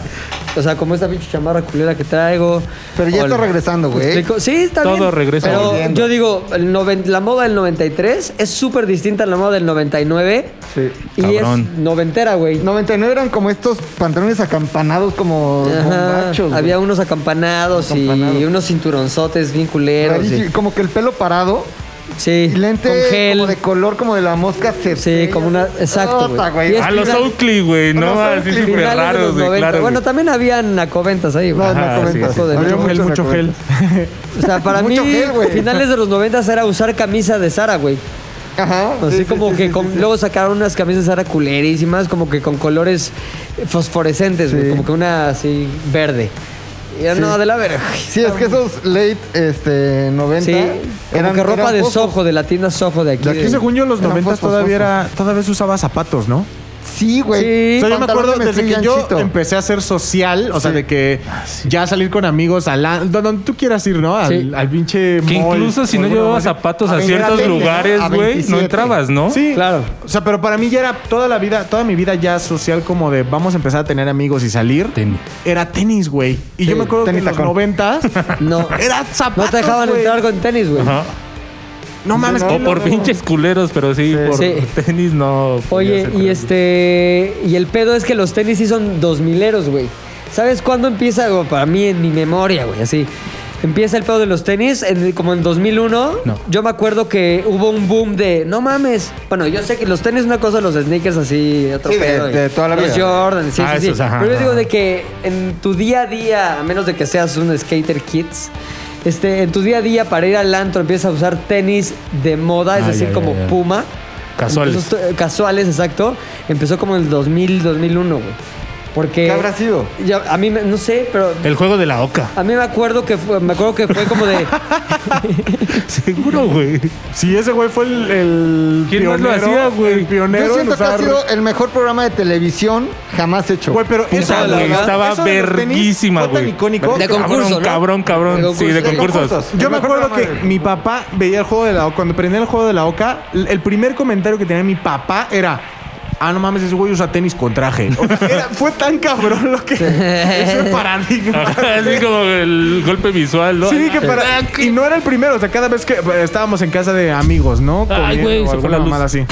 O sea, como esta pinche chamarra culera que traigo.
Pero ya
O
está
el-
regresando,
¿Me
güey.
explico? Sí, está
Todo
bien.
regresa
Pero
volviendo.
yo digo, el noven- la moda del 93 es súper distinta a la moda del 99.
Sí.
Y
Cabrón.
es noventera, güey.
99 eran como estos pantalones acampanados como
Ajá,
bombachos. güey.
había unos acampanados, y
Acampanados. unos
unos cinturonzotes bien culeros.
Rarísimo, Como que el pelo parado
Sí,
y lente
con gel.
como de color como de la mosca. se-
Sí, como una- exacto, güey.
Ota, güey.
Y es-
A Ah, los
final-
Oakley, güey, ¿no?
A los
Así
Oakley,
súper
finales de
raros,
los
güey,
90.
claro.
Bueno,
güey.
también había nacoventas ahí, güey.
No,
Ajá,
no comentas.
sí, sí.
Joder,
Había
mucho
Gel, mucho gel.
nacoventas.
O sea, para mí,
<laughs> Mucho gel, güey.
finales de los 90 era usar camisa de Sara, güey.
Ajá.
Así
sí, sí,
como
sí,
que
sí,
con-
sí.
luego sacaron unas camisas Sara culerísimas, como que con colores fosforescentes, güey.
Sí.
Como que una así verde. Y era
Sí.
no, de la verga.
Sí, es que esos late este, 90
Sí, como que ropa de
fosfos.
sojo, de la tienda sojo de aquí.
De
Es que
de-
según yo, los
Eran
noventas
fosfos,
todavía,
fosfos.
era, todavía se usaba zapatos, ¿no?
Sí, güey.
Sí.
O sea, yo me
Pantalón
acuerdo
de
desde que
mezclilla
yo
anchito.
empecé a ser social, o sea,
Sí.
de que
Ah,
ya salir con amigos a la, do- donde tú quieras ir, ¿no? Al,
Sí.
al pinche
Que
mall,
incluso si
o
no
alguna
llevabas
madre.
zapatos a
ver,
ciertos
espérate,
lugares,
a
güey,
27.
no entrabas, ¿no?
Sí,
Claro.
claro. O sea, pero para mí ya era toda la vida, toda mi vida ya social como de vamos a empezar a tener amigos y salir.
Tenis.
Era tenis, güey. Y yo me acuerdo que
tenis
en los
tacón.
noventas
<laughs>
No.
era zapatos,
No te dejaban
güey.
entrar con tenis, güey.
Ajá.
No mames.
O
qué
por
loco.
pinches culeros, pero sí, por
Sí.
tenis no. pues,
Oye, y
podías entrar.
este. Y el pedo es que los tenis sí son dos mileros, güey. ¿Sabes cuándo empieza? Bueno, para mí, en mi memoria, güey, así. Empieza el pedo de los tenis en- como en 2001.
No.
Yo me acuerdo que hubo un boom de. No mames. Bueno, yo sé que los tenis es una cosa, los sneakers así, otro
Sí, de-
pedo. y
de toda la
los
vida.
Jordan, sí,
Ah,
sí, sí.
esos, ajá,
Pero yo digo
ajá.
de que en tu día a día, a menos de que seas un skater kids. Este, en tu día a día para ir al antro empiezas a usar tenis de moda, es
Ah,
decir,
ya, ya,
como
ya.
Puma.
Casuales.
Empezó esto- eh, casuales, exacto. Empezó como en el 2000, 2001, güey. Porque
¿Qué habrá sido?
ya- a mí me- no sé, pero
El juego de la oca.
a mí me acuerdo que fue, me acuerdo que fue como de
<laughs>
Seguro, güey.
Sí, ese güey fue el, el
¿Quién más lo hacía, güey?
el pionero
Yo
en
siento que ha
usar-
sido el mejor programa de televisión jamás hecho.
Güey, pero
Puta,
esa, la
güey,
verdad,
estaba
eso de los tenis
verguísima,
fue tan
güey.
icónico.
De
Cabrón,
concurso, ¿no?
Cabrón,
De
cabrón.
concurso.
sí, de
De
concursos.
Yo me acuerdo que mi papá veía el juego de la Oca. Cuando prendía el juego de la Oca, l- el primer comentario que tenía mi papá era. Ah, no mames, ese güey usa tenis con traje. O sea,
<laughs>
era- fue tan cabrón lo que. Ese
<laughs>
paradigma.
<laughs> Ajá, Así como el golpe visual, ¿no?
Sí, que para.
Ah,
Y no era el primero, o sea, cada vez que eh, estábamos en casa de amigos, ¿no?
Ay,
Comiendo
güey,
o
se fue
alguna
la luz.
mamada así.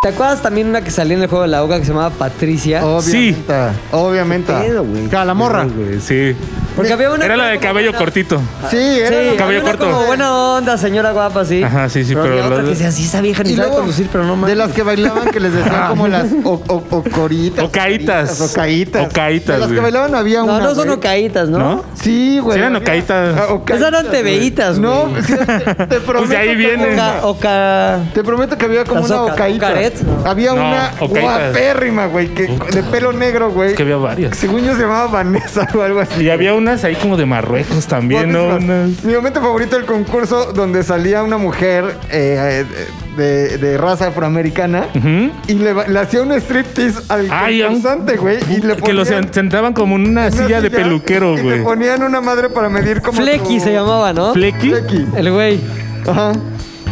¿Te acuerdas también una que salía en el juego de la hoga que se llamaba Patricia?
Oh. Obviamente. Obviamente.
Calamorra.
güey, Sí.
Porque había una
Era la de
como
cabello
buena-
cortito.
Sí,
Sí,
era
había
cabello
una
corto.
como buena onda, señora guapa, sí.
Ajá, sí, sí, pero
había
la
otra
de-
que decía, sí, esa vieja ni
Y
sabe
luego,
conducir, pero no
De
mames.
las que bailaban que les decían como las o- o- ocoritas.
O caítas.
O caítas.
O caítas,
De las que
güey.
bailaban había
No,
una.
no son
güey.
ocaitas, ¿no?
¿No?
Sí, güey.
Sí eran
había-
ocaitas.
Ah, ocaitas,
Esas eran
güey.
teveitas,
No,
güey.
Pues
sí, <laughs> te, te prometo.
de ahí
que-
viene.
Oca, oca...
Te prometo que había como
Las
una
oca-
ocaíta.
ocaret, ¿no?
Había
No,
una
ocaitas.
guapérrima, güey, que de pelo negro, güey.
Es que había varias.
Según yo se llamaba Vanessa o algo así.
Y había unas ahí como de Marruecos también, ¿no?
Guapísimas.
Unas-
Mi momento favorito del concurso donde salía una mujer eh, eh, de, de raza afroamericana
Ujú.
y le, ba- le hacía un striptease al
Ay,
concursante, güey. Y le
Que los
ponían
sentaban como en una
una
silla de peluquero,
Y
güey.
le ponían una madre para medir como.
Flecky
tu-
se llamaba, ¿no?
¿Flecky?
Flequi.
El güey.
Ajá.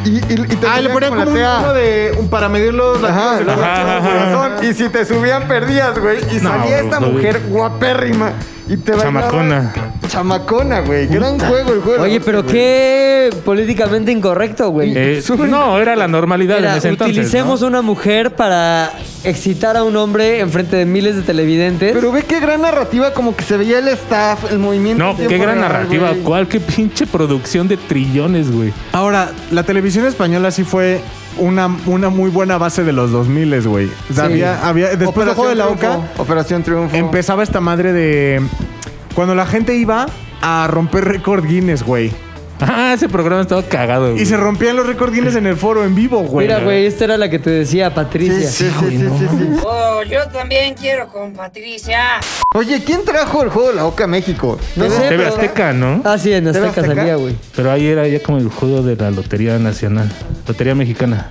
Y, y, y te
Ah, le ponían como un uno de. un- para medir los.
Ajá,
latidos del
ajá,
corazón,
ajá,
güey.
ajá.
corazón. Y si te subían, perdías, güey. Y
No,
salía esta
güey.
mujer guapérrima. Y te bailaba.
Chamacona.
chamacona, güey. Gran juego el juego.
Oye, pero qué políticamente incorrecto, güey.
Eh, no, era la normalidad
Era,
en ese entonces. ¿no?
utilicemos una mujer para excitar a un hombre enfrente de miles de televidentes.
Pero ve qué gran narrativa, como que se veía el staff, el movimiento.
No,
en
qué
tiempo
gran
real,
narrativa.
güey.
¿Cuál? Qué pinche producción de trillones, güey.
Ahora, la televisión española sí fue una, una muy buena base de los 2000, güey. O sea,
Sí.
había, había- después del
Operación
Juego de la
Triunfo,
Oca,
Operación Triunfo.
empezaba esta madre de... Cuando la gente iba a romper récord Guinness, güey.
Ah, ese programa estaba cagado, güey.
Y se rompían los récord Guinness en el foro en vivo, güey.
Mira, güey, esta era la que te decía
Sí,
Patricia.
sí, sí, sí, sí, sí.
Oh, yo también quiero con Patricia.
Oye, ¿quién trajo el juego de la Oca a México?
No sé,
TV
pero-
Azteca, ¿no?
Ah, sí, en
¿Te
Azteca
vas a
salía,
sacar?
güey.
Pero ahí era ya como el juego de la Lotería Nacional, Lotería Mexicana.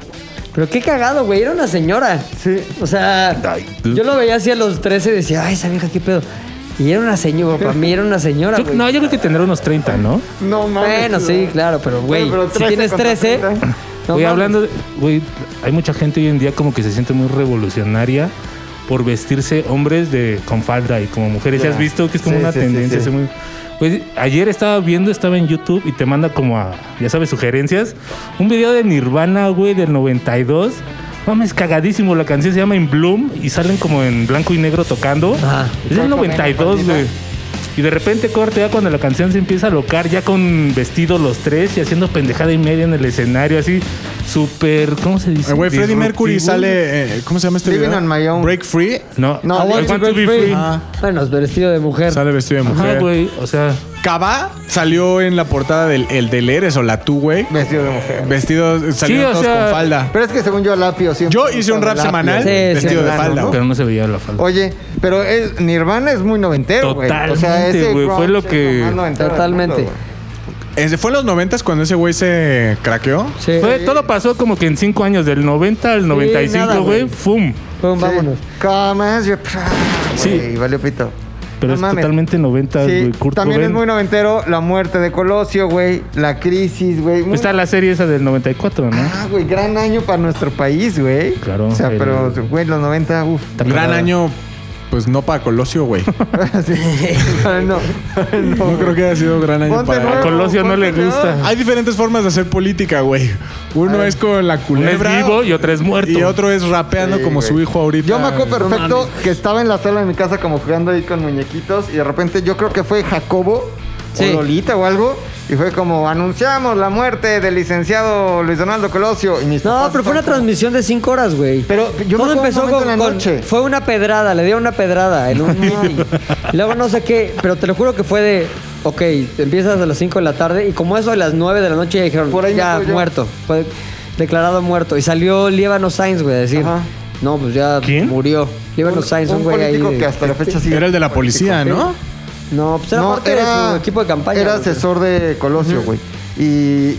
Pero qué cagado, güey. Era una señora.
Sí.
O sea,
Ay, tú.
yo lo veía así a los 13 y decía, ay, esa vieja, qué pedo. Y era una
<laughs>
señora, para mí era una señora,
Yo-
güey.
no, yo creo que tendrá unos 30, ¿no?
No mames.
Bueno, sí, claro, pero güey,
Bueno, pero
si
13
tienes
contra
13,
30.
no
Güey,
mames.
hablando, de- güey, hay mucha gente hoy en día como que se siente muy revolucionaria por vestirse hombres de con falda y como mujeres. ¿Ya has visto que es como
Sí,
una
sí, sí,
tendencia?
sí.
así muy- Güey, ayer estaba viendo, estaba en YouTube y te manda como a, ya sabes, sugerencias. Un video de Nirvana, güey, del 92. Mames, cagadísimo. La canción se llama In Bloom y salen como en blanco y negro tocando.
Ajá.
es del 92, güey. Y de repente corte ya cuando la canción se empieza a locar, ya con vestidos los tres y haciendo pendejada y media en el escenario, así súper, ¿cómo se dice?
Eh, Güey, Freddie
Disruptivo.
Mercury sale... eh, ¿Cómo se llama este
Living
video?
on my own.
Break Free.
No,
No,
I want to be free.
Ah.
Bueno, es vestido de mujer.
Sale vestido de
Ajá,
mujer.
güey, o sea,
Cabá salió en la portada del el del Eres o la Tú, güey.
Vestido de mujer.
Vestidos,
o
salieron todos
sea-
con falda.
Pero es que según yo, Lapio siempre.
Yo hice un rap
Lapio.
semanal
Sí, sí,
vestido de
claro,
falda.
¿no?
güey.
pero no se veía la falda.
Oye, pero es, Nirvana es muy noventero, güey. O sea,
Totalmente,
ese
güey, fue
grunge
lo
es
que-
más noventero del
Totalmente.
mundo, güey.
Ese- Fue en los noventas cuando ese güey se craqueó.
Sí.
Fue, todo pasó como que en cinco años, del 90 al 95,
nada,
güey,
güey.
¡fum!
Pum, pues, vámonos.
Sí. Come as you proud,
Sí.
güey, valió pito.
Pero
No
es
mames.
totalmente 90,
Sí,
güey. Kurt
también es
Cobain.
muy noventero la muerte de Colosio, güey. La crisis, güey. Muy-
Está la serie esa del 94, ¿no?
Ah, güey, gran año para nuestro país, güey.
Claro,
O sea,
el-
pero, güey, los 90, uff.
Está
Gran
cagada.
<laughs>
año, pues no para Colosio, güey.
<laughs> no.
No creo que haya sido gran año
Ponte
para.
A
nuevo.
Colosio no le
Ponte
gusta.
Hay diferentes formas de hacer política, güey. Uno es con
Uno
la
es
culebra.
vivo y otro es muerto.
y otro es rapeando
Sí,
como
güey.
su hijo ahorita.
Yo me acuerdo perfecto que estaba en la sala de mi casa como jugando ahí con muñequitos y de repente yo creo que fue Jacobo
Sí.
o Lolita o algo y fue como anunciamos la muerte del licenciado Luis Donaldo Colosio y mis
No,
papás
pero fue una
estaban como-
transmisión de cinco horas, güey.
Pero yo
Todo
me acuerdo un
empezó
momento
con,
en la
con-
noche.
Fue una pedrada, le dieron una pedrada en
<laughs>
un meeting. Y Luego no sé qué, pero te lo juro que fue de... Ok, te empiezas a las 5 de la tarde y como eso a las 9 de la noche ya dijeron,
Por ahí me
ya
acuerdo yo.
muerto. Fue declarado muerto. Y salió Líbano Sainz, güey, a decir,
Ajá.
no, pues ya
¿Quién?
murió. Líbano Sainz, un
un
güey ahí.
político
de-
que hasta la fecha sigue
Era el de la policía, ¿no?
No, pues era parte de su equipo de campaña.
Era
güey.
asesor de Colosio, güey. Y,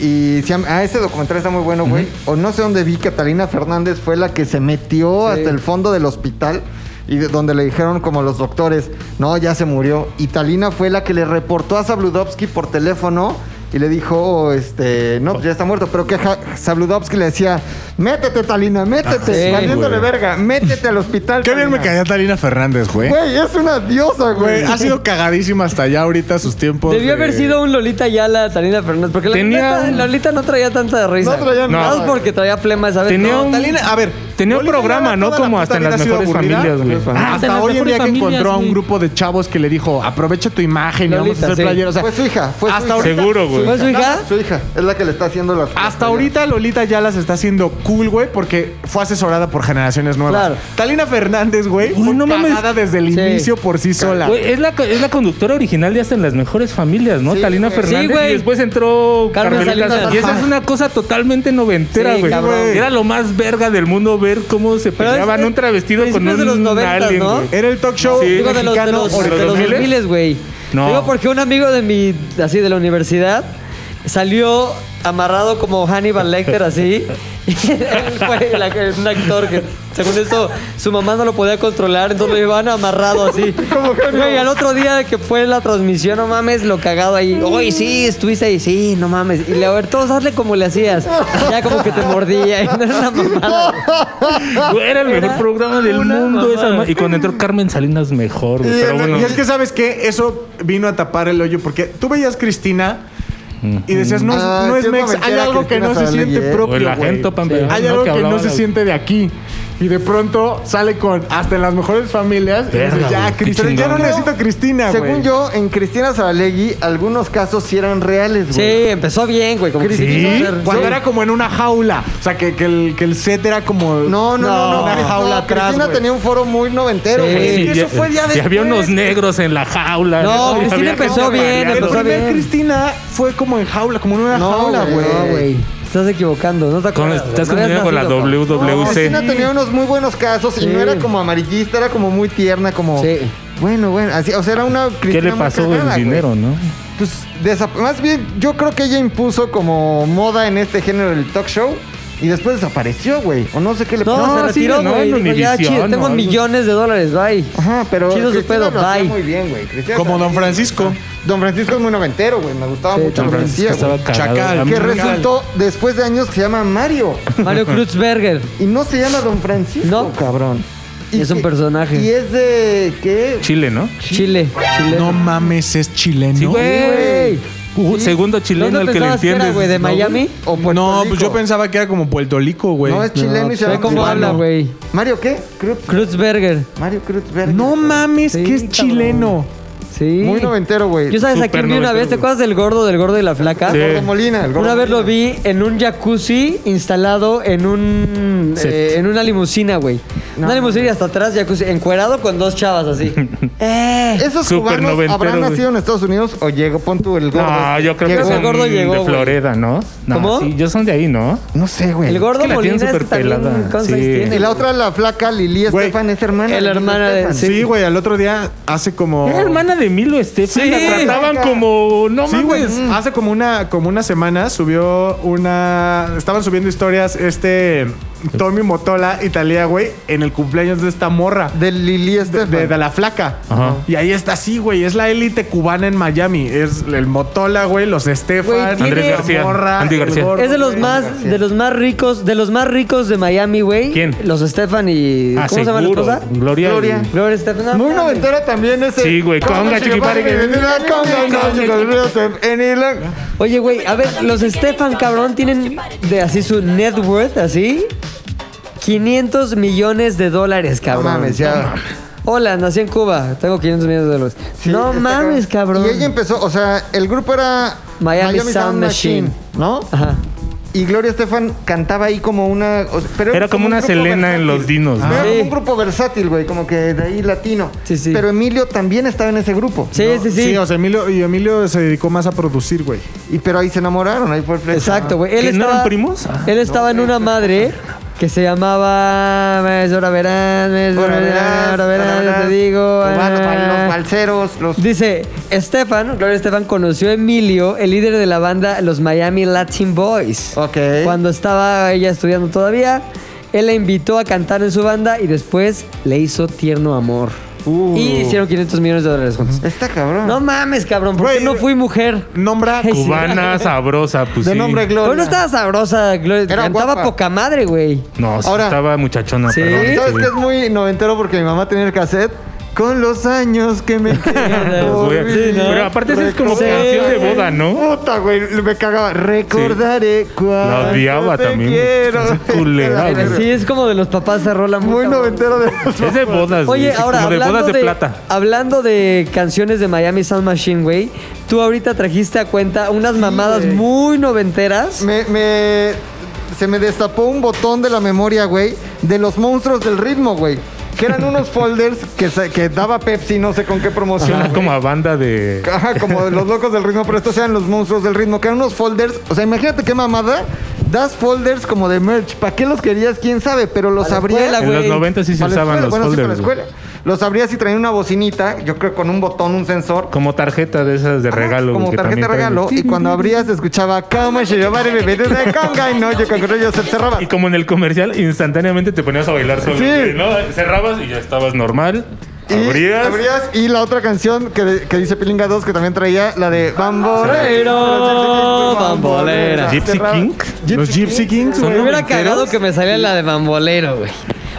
y se llama- ah, ese documental está muy bueno, güey. O no sé dónde vi, Catalina Fernández fue la que se metió
Sí.
hasta el fondo del hospital y de- donde le dijeron como los doctores, no, ya se murió. Y Talina fue la que le reportó a Zabludovsky por teléfono y le dijo, este, no, pues ya está muerto. Pero que Ja- Zabludovsky le decía, métete, Talina, métete.
sí,
valiéndole
güey.
verga, métete al hospital.
Ah, Qué bien me
Talina".
caía Talina Fernández, güey.
Güey, es una diosa,
Güey,
güey.
ha sido cagadísima hasta allá ahorita sus tiempos.
Debió
de-
haber sido un Lolita Yala, Talina Fernández, porque la
Tenía
neta,
un-
Lolita no traía tanta risa.
No traía
Nada más
nada.
porque traía flema esa vez.
Tenía
No,
un-
Talina, a ver,
Tenía un
Lolita
programa,
Yala
¿no?
toda
Como
la
hasta
puta
en
vida
las
ha sido
mejores
aburrida.
familias, güey.
Ah,
Hasta en
hasta
las
hoy en
mejores
día que
familias,
encontró a un
güey.
grupo de chavos que le dijo, aprovecha tu imagen y vamos a
Lolita,
hacer
sí.
playeros. O sea,
Fue su hija, fue
hasta
su hija.
ahorita-
Seguro,
¿Fue
güey.
su hija?
Su hija es la que le está haciendo las.
Hasta ahorita Lolita ya las está haciendo cool, güey, porque fue asesorada por generaciones nuevas.
Claro.
Talina Fernández, güey,
Uy,
fue
no mames.
cagada desde el
Sí.
inicio por sí sola.
Güey, es, la, es la conductora original de Hasta en las mejores familias, ¿no?
Sí,
Talina
güey.
Fernández.
Sí, güey.
y después entró
Carmen
Carmelita.
Salinas.
Y esa es una cosa totalmente noventera,
Sí,
güey.
cabrón.
Era lo más verga del mundo ver cómo se
Pero es-
peleaban
es-
un travestido con
principios
un
de los noventas,
alien,
¿no?
güey.
Era el talk show
Sí.
Digo, de los, de
mexicano
los, de los
original.
2000s?
2000, güey.
No.
Digo, porque un amigo de mi, así de la universidad, salió amarrado como Hannibal Lecter
<laughs>
así. Él fue la- un actor que, según esto, su mamá no lo podía controlar, entonces lo llevaban amarrado
<laughs>
así. Güey, al otro día que fue la transmisión, no mames, lo cagado ahí. Oye, sí, estuviste ahí, sí, no mames. Y le a ver, todos hazle como le hacías. Ya como que te mordía. Y no era una mamada.
Güey, Era el mejor programa del
una
mundo. esa
mamada.
ma- y cuando entró Carmen Salinas, mejor. güey,
Y,
pero bueno.
y es que, ¿sabes qué? Eso vino a tapar el hoyo porque tú veías Cristina y decías, no es,
Ah,
no es
quiero
mexa, hay
meter a
algo que
Cristina
no se
Saralegui,
siente
¿eh?
O
propio,
el
güey.
agento pan
Sí.
peruano
Hay
que
algo que no
hablaban
se
al-
siente de aquí. Y de pronto sale con hasta en las mejores familias. y
Verga,
dices, ya,
güey, qué
Cristina, ya no
chingón.
necesito a Cristina, güey.
Según yo, en Cristina Saralegui, algunos casos sí eran reales,
Sí,
güey.
empezó bien, güey. Como que se
¿Sí?
quiso hacer-
Cuando
sí.
era como en una jaula. O sea, que, que el, que el set era como.
No, no, no, no.
Una
no,
jaula atrás.
Cristina
güey.
tenía un foro muy noventero,
Sí.
güey.
Sí,
eso fue ya
y había
después.
unos negros en la jaula.
No,
Y
Cristina
había
empezó
gente
bien,
variando.
El
empezó
primer
bien.
Cristina fue como en jaula, como en una
No,
jaula,
güey.
güey.
No, güey. Estás equivocando, no te
Con- este,
acuerdas.
estás
güey, no
confundiendo
habías
con la
nacido, cabrón.
WC.
Cristina tenía unos muy buenos casos y
Sí.
no era como amarillista, era como muy tierna, como.
Sí.
Bueno, bueno, así, o sea, era una Cristina.
¿Qué le
muy
pasó
cagada,
el
güey.
dinero, no?
Pues desap- más bien, yo creo que ella impuso como moda en este género del talk show y después desapareció, güey. O no sé qué le
No,
pasó.
se
sí,
retiró,
no,
güey.
en
Dijo, ya,
Univisión,
chido, tengo
¿no?
millones de dólares, bye.
Ajá, pero.
Chido su
Cristina
pedo,
lo hacía
bye.
muy bien, güey. Cristina
Como Don
también-
Francisco.
Don Francisco es muy noventero, güey. Me gustaba
Sí,
mucho
Don
lo que
Francisco
hacía, güey.
estaba cagado.
Chacal.
A mí
Que
me-
resultó después de años que se llama Mario.
Mario Kreutzberger.
Y no se llama Don Francisco.
No.
Oh, cabrón. Y
Es un
que-
personaje.
Y es de. ¿Qué?
Chile, ¿no?
Chile. Chile.
No mames, es chileno.
Sí, güey.
güey.
Uh, Segundo chileno
¿Dónde
el que le
pensabas que era,
entiendes.
güey? ¿De Miami?
O Puerto
no,
Rico.
pues yo pensaba que era como Puerto Rico, güey.
No, es chileno y se
Ve
llama.
cómo
Mario.
habla, güey.
¿Mario qué? Cruz-
Kreutzberger.
Mario Kreutzberger.
No
güey.
mames,
Sí,
que es
cabrón.
chileno.
Sí.
Muy noventero, güey.
Yo sabes a
Súper
quién vi una
noventero,
vez, ¿te
güey.
acuerdas del gordo, del gordo y la flaca?
Sí.
Gordo Molina, el gordo
Una vez lo
Molina.
vi en un jacuzzi instalado en un
Set.
eh, en una limusina, güey. una limusina y hasta atrás jacuzzi, encuerado con dos chavas así. ¡Eh!
Esos
Súper
cubanos
noventero,
habrán
güey.
nacido en Estados Unidos o llegó, pon tú el gordo. este?
No, yo creo
Llegó.
que
El gordo
son
llegó,
de
güey.
Florida, ¿no? no
¿Cómo?
Sí, yo son de ahí, ¿no?
No sé, güey.
El gordo
<laughs> Es que la tienen
Molina es que
súper
también
pelada,
¿cuántos
sí.
años tiene?
Y la otra, la flaca Lili
Güey.
Estefan, es hermana.
El
de Lili
hermana de-
Estefan.
Sí.
Sí, güey, al otro día hace como.
Era hermana de Milo Estefan.
Sí.
La trataban como... No
Sí, güey.
mames.
Hace como una, como una semana subió una. Estaban subiendo historias este Tommy Motola, Italia, güey, en el cumpleaños de esta morra.
De Lili
De,
Estefan.
de- de la flaca.
Ajá.
Y ahí está, sí, güey. Es la élite cubana en Miami. Es el Motola, güey, los
Güey,
Estefan,
tiene- Andrés
García, Andy
el
García.
gordo,
Es de los
güey.
más, de los más ricos, de los más ricos de Miami, güey.
¿Quién?
Los Stefan y.
Ah,
¿Cómo se llama la
seguro.
esposa?
Gloria.
Gloria.
Gloria Estefan. No,
Muy
mames.
noventera también ese.
Sí, güey, conga, chiquipare, que-
Oye, güey, a ver, los Stefan, cabrón, tienen de así su net worth, así. 500 millones de dólares,
No
cabrón.
mames, ya.
Hola, nací en Cuba. Tengo 500 millones de dólares.
Sí,
no
está
mames, cabrón.
Y ella em- empezó, o sea, el grupo era
Miami Sound Machine.
¿no?
Ajá.
Y Gloria Estefan cantaba ahí como una. o sea, pero
Era como
un
una
grupo
Selena en
versátil.
los dinos, ¿no?
Era como
Sí.
un grupo versátil, güey, como que de ahí latino.
Sí, sí.
Pero Emilio también estaba en ese grupo.
Sí, sí, sí.
Sí, o sea, Emilio, y Emilio se dedicó más a producir, güey.
Y pero ahí se enamoraron, ahí fue el flecha.
Exacto, güey. Él
¿Que no
estaba,
eran primos? Ah.
Él estaba en una madre que se llamaba. "Ves, Ahora verás, ves, ahora
Ahora verás,
verás, ahora verás,
ahora
yo te digo.
verás. Cubano,
ah".
para los balseros, los.
Dice, Estefan, Gloria Estefan conoció a Emilio, el líder de la banda Los Miami Latin Boys.
Ok.
Cuando estaba ella estudiando todavía, él la invitó a cantar en su banda y después le hizo tierno amor.
Uh. Ah.
Y hicieron 500 millones de dólares juntos.
Está cabrón.
No mames, cabrón, ¿por qué
Güey,
no fui
<laughs>
mujer?
Nombra
Ay, sí.
Cubana, sabrosa, pues
de
sí.
nombre Gloria.
Pero no estaba sabrosa, Gloria.
Era
Cantaba
guapa.
poca madre, güey.
No, sí,
Ahora-
estaba muchachona.
Sí.
perdón,
¿Sabes qué es muy noventero? Porque mi mamá tenía el cassette. Con los años
<laughs>
que me quedan
Los
por
voy a-
vivir.
Pues, Pero aparte esa es como
Sí.
canción de boda, ¿no?
Puta, güey, me cagaba. Recordaré cuando
La odiaba
te
también.
quiero. <laughs>
Es culera,
Era
güey.
Sí, es como de los papás de Rola
Muy noventero de los
Es de bodas, güey,
Oye,
sí,
ahora
como de
hablando
bodas
de,
de, plata.
hablando de canciones de Miami Sound Machine, güey, tú ahorita trajiste a cuenta unas mamadas
güey.
muy noventeras.
me, me- se me destapó un botón de la memoria, güey, de los monstruos del ritmo, güey. Que
<laughs>
eran unos folders que, se- que daba Pepsi, no sé con qué promoción.
Suena como a banda de...
Ajá, como de los locos del ritmo, pero estos eran los monstruos del ritmo, que eran unos folders. O sea, imagínate qué mamada Das folders como de merch. ¿Para qué los querías? ¿Quién sabe? Pero los
Para la
abrías.
escuela,
En los 90 sí se
Para la
usaban
escuela,
los
bueno, sí, para la
folders. güey.
escuela. Los abrías y traían una bocinita, yo creo con un botón, un sensor.
Como tarjeta de esas de regalo.
Como
güey, que
tarjeta de
también traen.
regalo. Y cuando abrías se escuchaba Cama Shirobari Bebé de Conga. Y no, yo creo que yo se cerraba.
Y como en el comercial, instantáneamente te ponías a bailar solo.
Sí.
güey, ¿no? Cerrabas y ya estabas normal.
Y
abrías.
y la otra canción que, de- que dice Pilinga 2 que también traía la de Bambolero, Bambolera.
Gypsy
Cerraba-
King.
Los Gypsy Kings, güey.
Me hubiera cagado que me saliera la de bambolero, güey.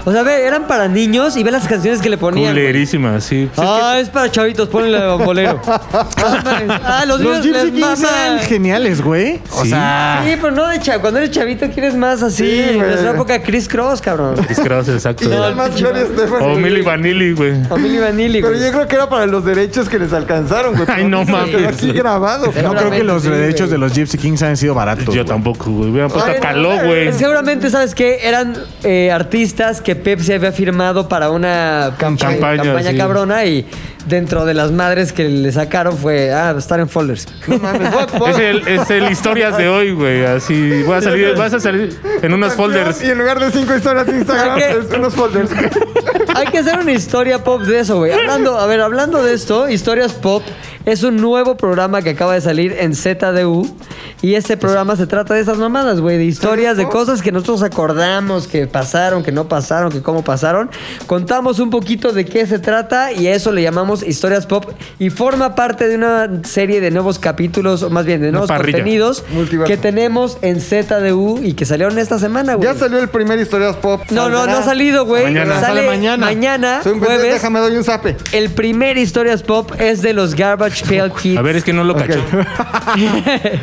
O sea, ve, eran para niños y ve las canciones que le ponían. güey.
Culerísima, sí.
Ah, es para chavitos, ponle la de bambolero. ah, los, niños
Los
les
Gypsy Kings
mama.
eran geniales, güey. O sea,
Sí, pero no de chavo. Cuando eres chavito quieres más así.
Sí,
en
güey.
nuestra época Chris Cross, cabrón.
Discrados, exacto.
Y nada más Gloria Estefan.
O Milli Vanilli, güey.
Familia Vanilli,
Pero
güey.
yo creo que era para los derechos que les alcanzaron, güey.
Ay, no
Se
mames,
quedó aquí
güey. <laughs>
grabado.
no creo que los
sí, güey.
derechos de los Gypsy Kings hayan sido baratos.
Yo
güey.
tampoco, güey. Hubieran puesto
Ay, no,
caló, güey.
Seguramente, ¿sabes qué? Eran eh, artistas que Pepsi había firmado para una
Campaña, sí.
cabrona y dentro de las madres que le sacaron fue, ah, estar en folders.
Es el, es el historias de hoy, güey. Así voy a salir, vas a salir en unos folders.
Y en lugar de cinco historias de Instagram,
¿Qué?
es unos folders.
Hay que hacer una historia pop de eso, güey. Hablando, a ver, hablando de esto, Historias Pop es un nuevo programa que acaba de salir en ZDU. Y este programa se trata de esas mamadas, güey, de historias, de cosas que nosotros acordamos, que pasaron, que no pasaron, que cómo pasaron. Contamos un poquito de qué se trata y a eso le llamamos Historias Pop. Y forma parte de una serie de nuevos capítulos, o más bien de nuevos
parrilla.
contenidos
Multiverso.
que tenemos en ZDU y que salieron esta semana, güey.
Ya salió el primer historias pop.
No, no, no ha salido, güey.
Mañana.
Sale
Sale mañana.
Mañana,
Soy un pendejo,
jueves.
déjame doy un zape.
El primer Historias Pop es de los Garbage Pail Kids.
A ver, es que no lo cacho.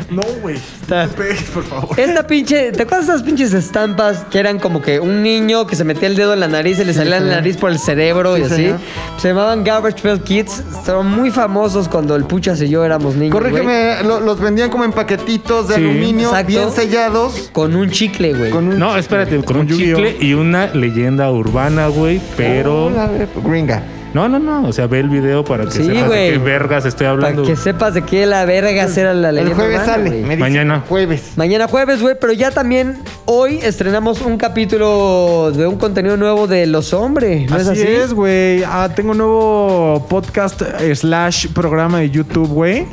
No, güey. <laughs>
Está-
No pegues, por favor.
Esta pinche... ¿Te acuerdas de esas pinches estampas que eran como que un niño que se metía el dedo en la nariz y le salía la nariz por el cerebro y así?
señor.
Se llamaban Garbage Pail Kids. Son muy famosos cuando el Puchas y yo éramos niños, güey.
Corrígeme, lo- los vendían como en paquetitos de
Sí.
aluminio,
Exacto.
bien sellados.
Con un chicle, güey.
Con un
No, espérate, con un chicle y una leyenda urbana, güey. Pero.
Hola, güey, Gringa.
No, no, no. O sea, ve el video para que
Sí,
sepas
güey.
de qué vergas estoy
Para
hablando.
que sepas de qué la verga será la leyenda
El jueves
urbana,
sale.
güey.
me dicen.
Mañana.
Jueves.
Mañana jueves, güey, pero ya también hoy estrenamos un capítulo de un contenido nuevo de Los Hombres, ¿no
así
es así?
es, güey. Ah, tengo un nuevo podcast eh, slash programa de YouTube, güey.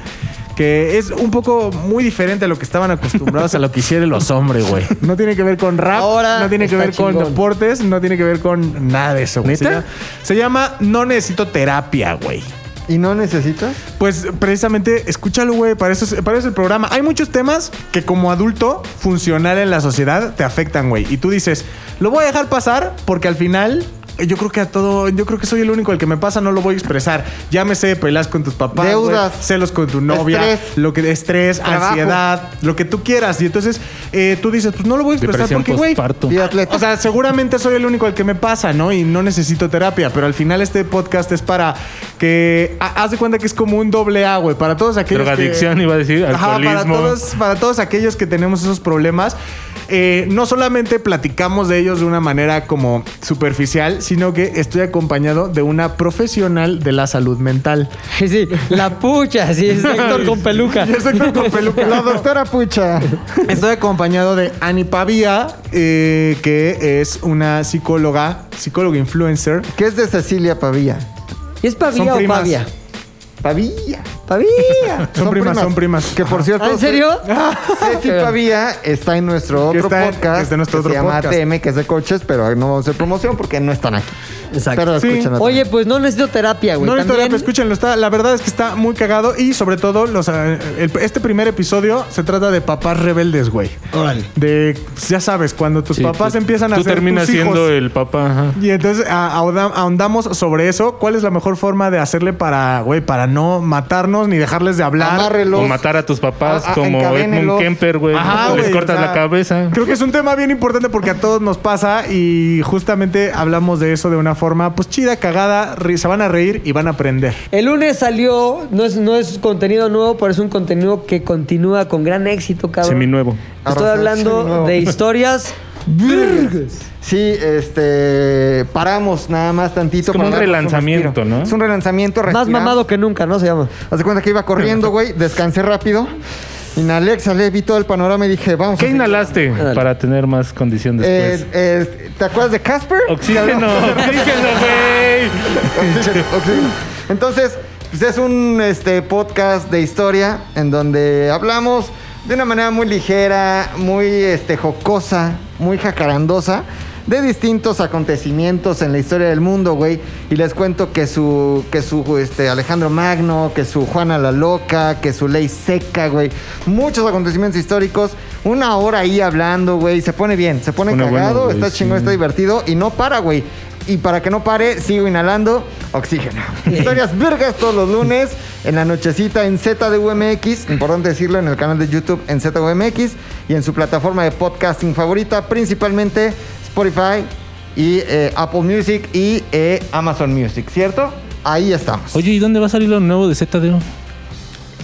Que es un poco muy diferente a lo que estaban acostumbrados a lo que hicieron los hombres, güey. No tiene que ver con rap,
Ahora
no tiene que
está
ver con
chingón.
deportes, no tiene que ver con nada de eso, güey. Se llama- se llama No Necesito Terapia, güey.
¿Y no necesitas?
Pues precisamente, escúchalo, güey. Para eso, es, para eso es el programa. Hay muchos temas que como adulto funcional en la sociedad te afectan, güey. Y tú dices, lo voy a dejar pasar porque al final... eh, Yo creo que a todo, yo creo que soy el único al que me pasa, no lo voy a expresar. Llámese peleas con tus papás, güey,
Deudas.
celos con tu novia,
Estrés.
lo que estrés,
Trabajo.
ansiedad, lo que tú quieras. Y entonces eh, tú dices, pues no lo voy a expresar
Depresión
porque, güey,
postparto.
Y atleta.
o sea, seguramente soy el único al que me pasa, ¿no? Y no necesito terapia, pero al final este podcast es para que... ha- Haz de cuenta que es como un doble A, güey, para todos aquellos
Drogadicción,
que...
iba a decir.
Ajá,
Alcoholismo.
para todos, para todos aquellos que tenemos esos problemas, eh, no solamente platicamos de ellos de una manera como superficial, sino que estoy acompañado de una profesional de la salud mental.
Sí, <laughs> sí, la pucha, sí, es Héctor con peluca.
Yo estoy con peluca. <laughs>
La doctora Pucha.
Estoy acompañado de Ani Pavía, eh, que es una psicóloga, psicóloga influencer.
Que es de Cecilia Pavía.
¿Y es pavía
Son
o
primas.
pavia?
Pavía.
<laughs>
Pavía.
Son, primas, son primas.
Que por cierto.
¿Ah, ¿En serio?
Ceci Pavía está en nuestro
Que
otro
está en-
podcast.
que está en nuestro
que se
otro
llama
podcast.
TM, que es de coches, pero no vamos a hacer promoción porque no están aquí.
Exacto.
Pero
Sí.
escúchenlo.
Oye, pues no necesito terapia, güey.
No, Victoria,
También-
pero escúchenlo, está, la verdad es que está muy cagado y sobre todo los, eh, el- este primer episodio se trata de papás rebeldes, güey.
Órale.
De, pues, ya sabes, cuando tus
Sí,
papás
tú-
empiezan a
Tú
ser
terminas
tus hijos.
siendo el papá. ajá.
Y entonces a- ahonda- ahondamos sobre eso. ¿Cuál es la mejor forma de hacerle para, güey, para no matarnos ni dejarles de hablar?
Amárrelos.
O matar a tus papás
Ah, ah,
como Edmund
encadénelos.
Kemper, güey.
Ajá,
Les
güey,
cortas
o sea,
la cabeza.
Creo que es un tema bien importante porque a todos nos pasa y justamente hablamos de eso de una forma pues chida, cagada, ri- se van a reír y van a aprender.
El lunes salió, no es, no es contenido nuevo, pero es un contenido que continúa con gran éxito, cabrón.
Seminuevo.
Estoy
Arrasó,
hablando
seminuevo.
de historias.
Sí, este. Paramos nada más tantito.
Es como
para
un
darnos
relanzamiento,
respiro.
¿no?
Es un relanzamiento.
Más
respiramos.
mamado que nunca, ¿no? Se llama.
Haz de cuenta que iba corriendo, güey. Descansé rápido. Alexa le vi todo el panorama y dije, vamos.
¿Qué
a seguir.
inhalaste para tener más condición después?
Eh, eh, ¿Te acuerdas de Casper? <laughs>
Oxígeno,
Cabrón.
<laughs> oxígeno, güey. <laughs>
Oxígeno, oxígeno. Entonces, pues es un este, podcast de historia en donde hablamos de una manera muy ligera, muy este, jocosa, muy jacarandosa, de distintos acontecimientos en la historia del mundo, güey. Y les cuento que su, que su este, Alejandro Magno, que su Juana la Loca, que su ley seca, güey. Muchos acontecimientos históricos. Una hora ahí hablando, güey. Se pone bien, se pone
Pone bueno,
cagado,
güey,
está
sí.
chingón, está divertido y no para, güey. Y para que no pare, sigo inhalando oxígeno. Historias vergas todos los lunes en la nochecita en ZDUMX. Importante decirlo en el canal de YouTube en ZDUMX y en su plataforma de podcasting favorita, principalmente Spotify y eh, Apple Music y eh, Amazon Music, ¿cierto? Ahí estamos.
Oye, ¿y dónde va a salir lo nuevo de ZDO?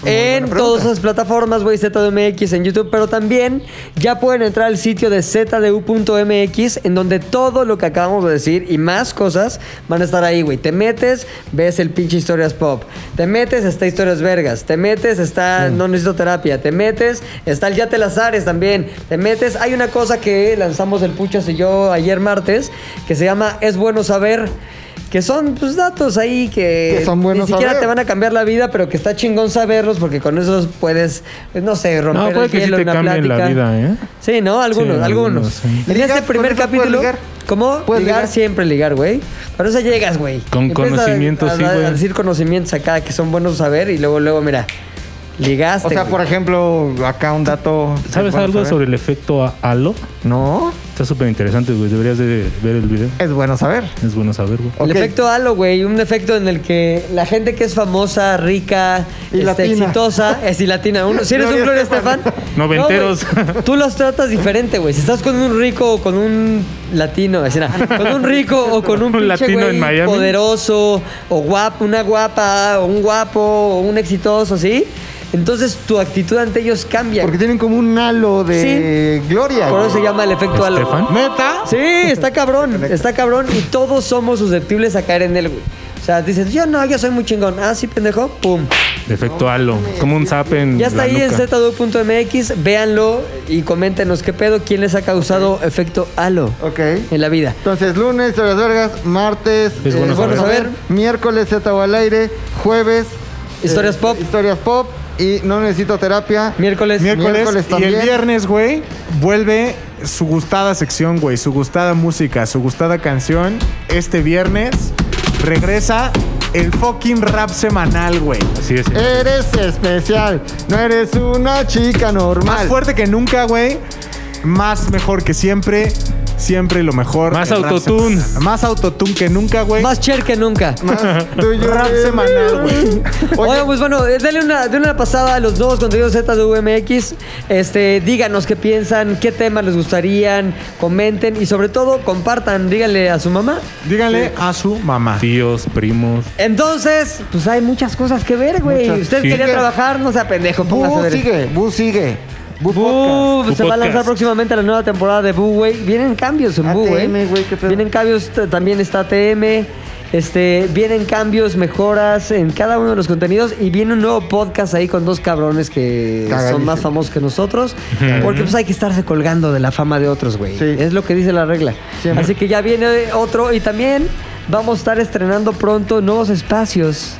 En todas las plataformas, güey, ZDMX en YouTube, pero también ya pueden entrar al sitio de zdu.mx en donde todo lo que acabamos de decir y más cosas van a estar ahí, güey. Te metes, ves el pinche historias pop. Te metes, está historias vergas. Te metes, está no necesito terapia. Te metes, está el ya te las ares también. Te metes, hay una cosa que lanzamos el Puchas y yo ayer martes que se llama Es bueno saber. Que son pues, datos ahí que,
Que son buenos
ni siquiera
saber.
te van a cambiar la vida, pero que está chingón saberlos porque con esos puedes, no sé, romper
No, puede
el
que sí
hielo
te
en una
cambien la
plática.
vida, ¿eh?
Sí, ¿no? Algunos, algunos.
Sí, algunos, sí.
En
¿Ligas?
este primer
¿Con eso puedes
capítulo...
ligar?
¿Cómo?
¿Puedes
ligar,
ligar?
siempre ligar, güey. Pero eso llegas, güey.
Con
Empiezas a-
conocimientos,
a-
sí,
a
güey.
decir conocimientos acá que son buenos saber y luego, luego, mira, ligaste,
O sea,
güey.
por ejemplo, acá un dato.
¿Sabes
bueno
algo
saber.
sobre el efecto a- halo?
No,
Está súper interesante, güey. Deberías de ver el video.
es bueno saber.
Es bueno saber, güey.
El
Ok.
efecto halo, güey, un efecto en el que la gente que es famosa, rica,
Y
este,
latina. <laughs>
exitosa, es y latina. Uno, si eres un Gloria
Gloria
Estefan,
<laughs> Noventeros.
no, güey, tú los tratas diferente, güey. Si estás con un rico o con un latino, es decir, ah, con un rico o con un,
<laughs> Un
pinche,
latino
güey,
en Miami.
poderoso o guapo, una guapa o un guapo o un exitoso, ¿sí? Entonces tu actitud ante ellos cambia.
Porque tienen como un halo de gloria.
Por
güey.
eso se llama el efecto halo.
¿Estefan?
Meta.
Sí, está cabrón, está cabrón y todos somos susceptibles a caer en él, güey. O sea, dices, yo no, yo soy muy chingón. Ah, sí, pendejo, pum.
Efecto halo. Como un zap en
Ya está
la
ahí en
nuca.
z2.mx, véanlo y coméntenos qué pedo, quién les ha causado efecto halo
Ok.
en la vida.
Entonces, lunes, de las vergas, martes, eh,
Es bueno
saber.
miércoles, Z o al aire, jueves, eh,
Historias pop.
historias pop y no necesito terapia.
Miércoles,
Miércoles,
Miércoles
y el
también.
viernes, güey, vuelve su gustada sección, güey, su gustada música, su gustada canción. Este viernes regresa el fucking rap semanal, güey.
Así es. señor.
Eres especial, no eres una chica
Más
normal.
fuerte que nunca, güey. Más mejor que siempre. Siempre lo mejor.
Más
El rap
autotune.
semanal. Más autotune que nunca, güey.
más cher que nunca.
Más do you
rap
really-
semanal, güey.
Oye, pues bueno, eh, denle una, denle una pasada a los dos contenidos ZDUMX. Este, díganos qué piensan, qué temas les gustarían, comenten y sobre todo compartan, díganle a su mamá.
Díganle a su mamá.
Tíos, primos.
Entonces, pues hay muchas cosas que ver, güey.
Muchas.
Usted
Sí.
quería
Sigue.
trabajar, no sea pendejo, póngase a
Bu
ver.
sigue, Bu sigue. Bu podcast.
Bu,
Tu
se va a lanzar
podcast.
próximamente la nueva temporada de Bu, güey. Vienen cambios en Bu, güey.
ATM, güey, qué pedo.
Vienen cambios, t- también está TM. Este, vienen cambios, mejoras en cada uno de los contenidos y viene un nuevo podcast ahí con dos cabrones que son
Cagadísimo.
más famosos que nosotros, porque pues hay que estarse colgando de la fama de otros, güey.
Sí.
Es lo que dice la regla.
Siempre.
Así que ya viene otro y también vamos a estar estrenando pronto nuevos espacios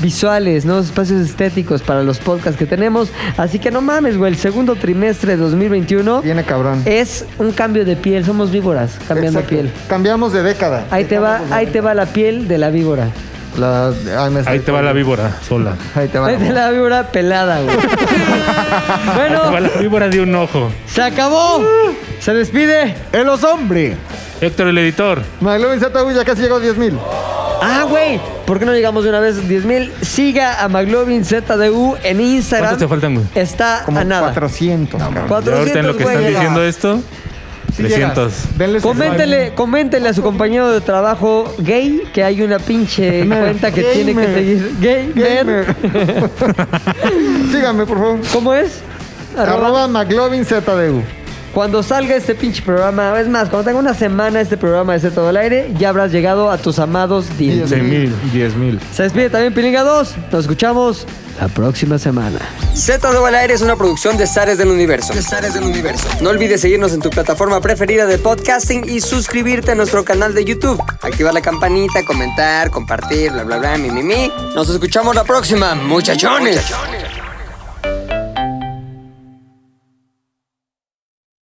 visuales, nuevos espacios estéticos para los podcasts que tenemos. Así que no mames, güey, el segundo trimestre de 2021
Viene cabrón.
es un cambio de piel, somos víboras cambiando
Exacto.
piel.
Cambiamos de década.
Ahí te va, ahí te va la piel de la víbora.
La- ay, me
Ahí
estoy-
te va la víbora sola.
Ahí te va.
ah, Ahí te la víbora pelada,
<laughs>
güey.
Ahí te va
bueno,
la víbora de un ojo.
se acabó. Se despide.
¡En los hombres!
Héctor, el editor.
McLovin ZW ya casi llegó a 10 mil.
Ah, güey, ¿por qué no llegamos de una vez a 10 mil? Siga a McLovin ZDU en Instagram.
¿Cuántos te faltan, güey?
Está
Como
a nada.
400, cabrón.
Y ahorita en
400,
lo que
güey.
están
llega.
diciendo esto,
Sí
300.
llegas. Denle su-
Coméntele, coméntele a su compañero de trabajo gay que hay una pinche cuenta que tiene que
Gamer.
seguir. Gay,
Gamer. Síganme, por favor.
¿Cómo es?
Arroba, McLovin ZDU.
Cuando salga este pinche programa, es más, cuando tenga una semana este programa de todo al aire, ya habrás llegado a tus amados 10.
10 mil. 10 mil.
Se despide también Pilinga 2. Nos escuchamos la próxima semana.
Z2 al aire es una producción de Zares del Universo. del Universo. No olvides seguirnos en tu plataforma preferida de podcasting y suscribirte a nuestro canal de YouTube. Activar la campanita, comentar, compartir, bla, bla, bla, mi, mi, mi. Nos escuchamos la próxima, muchachones.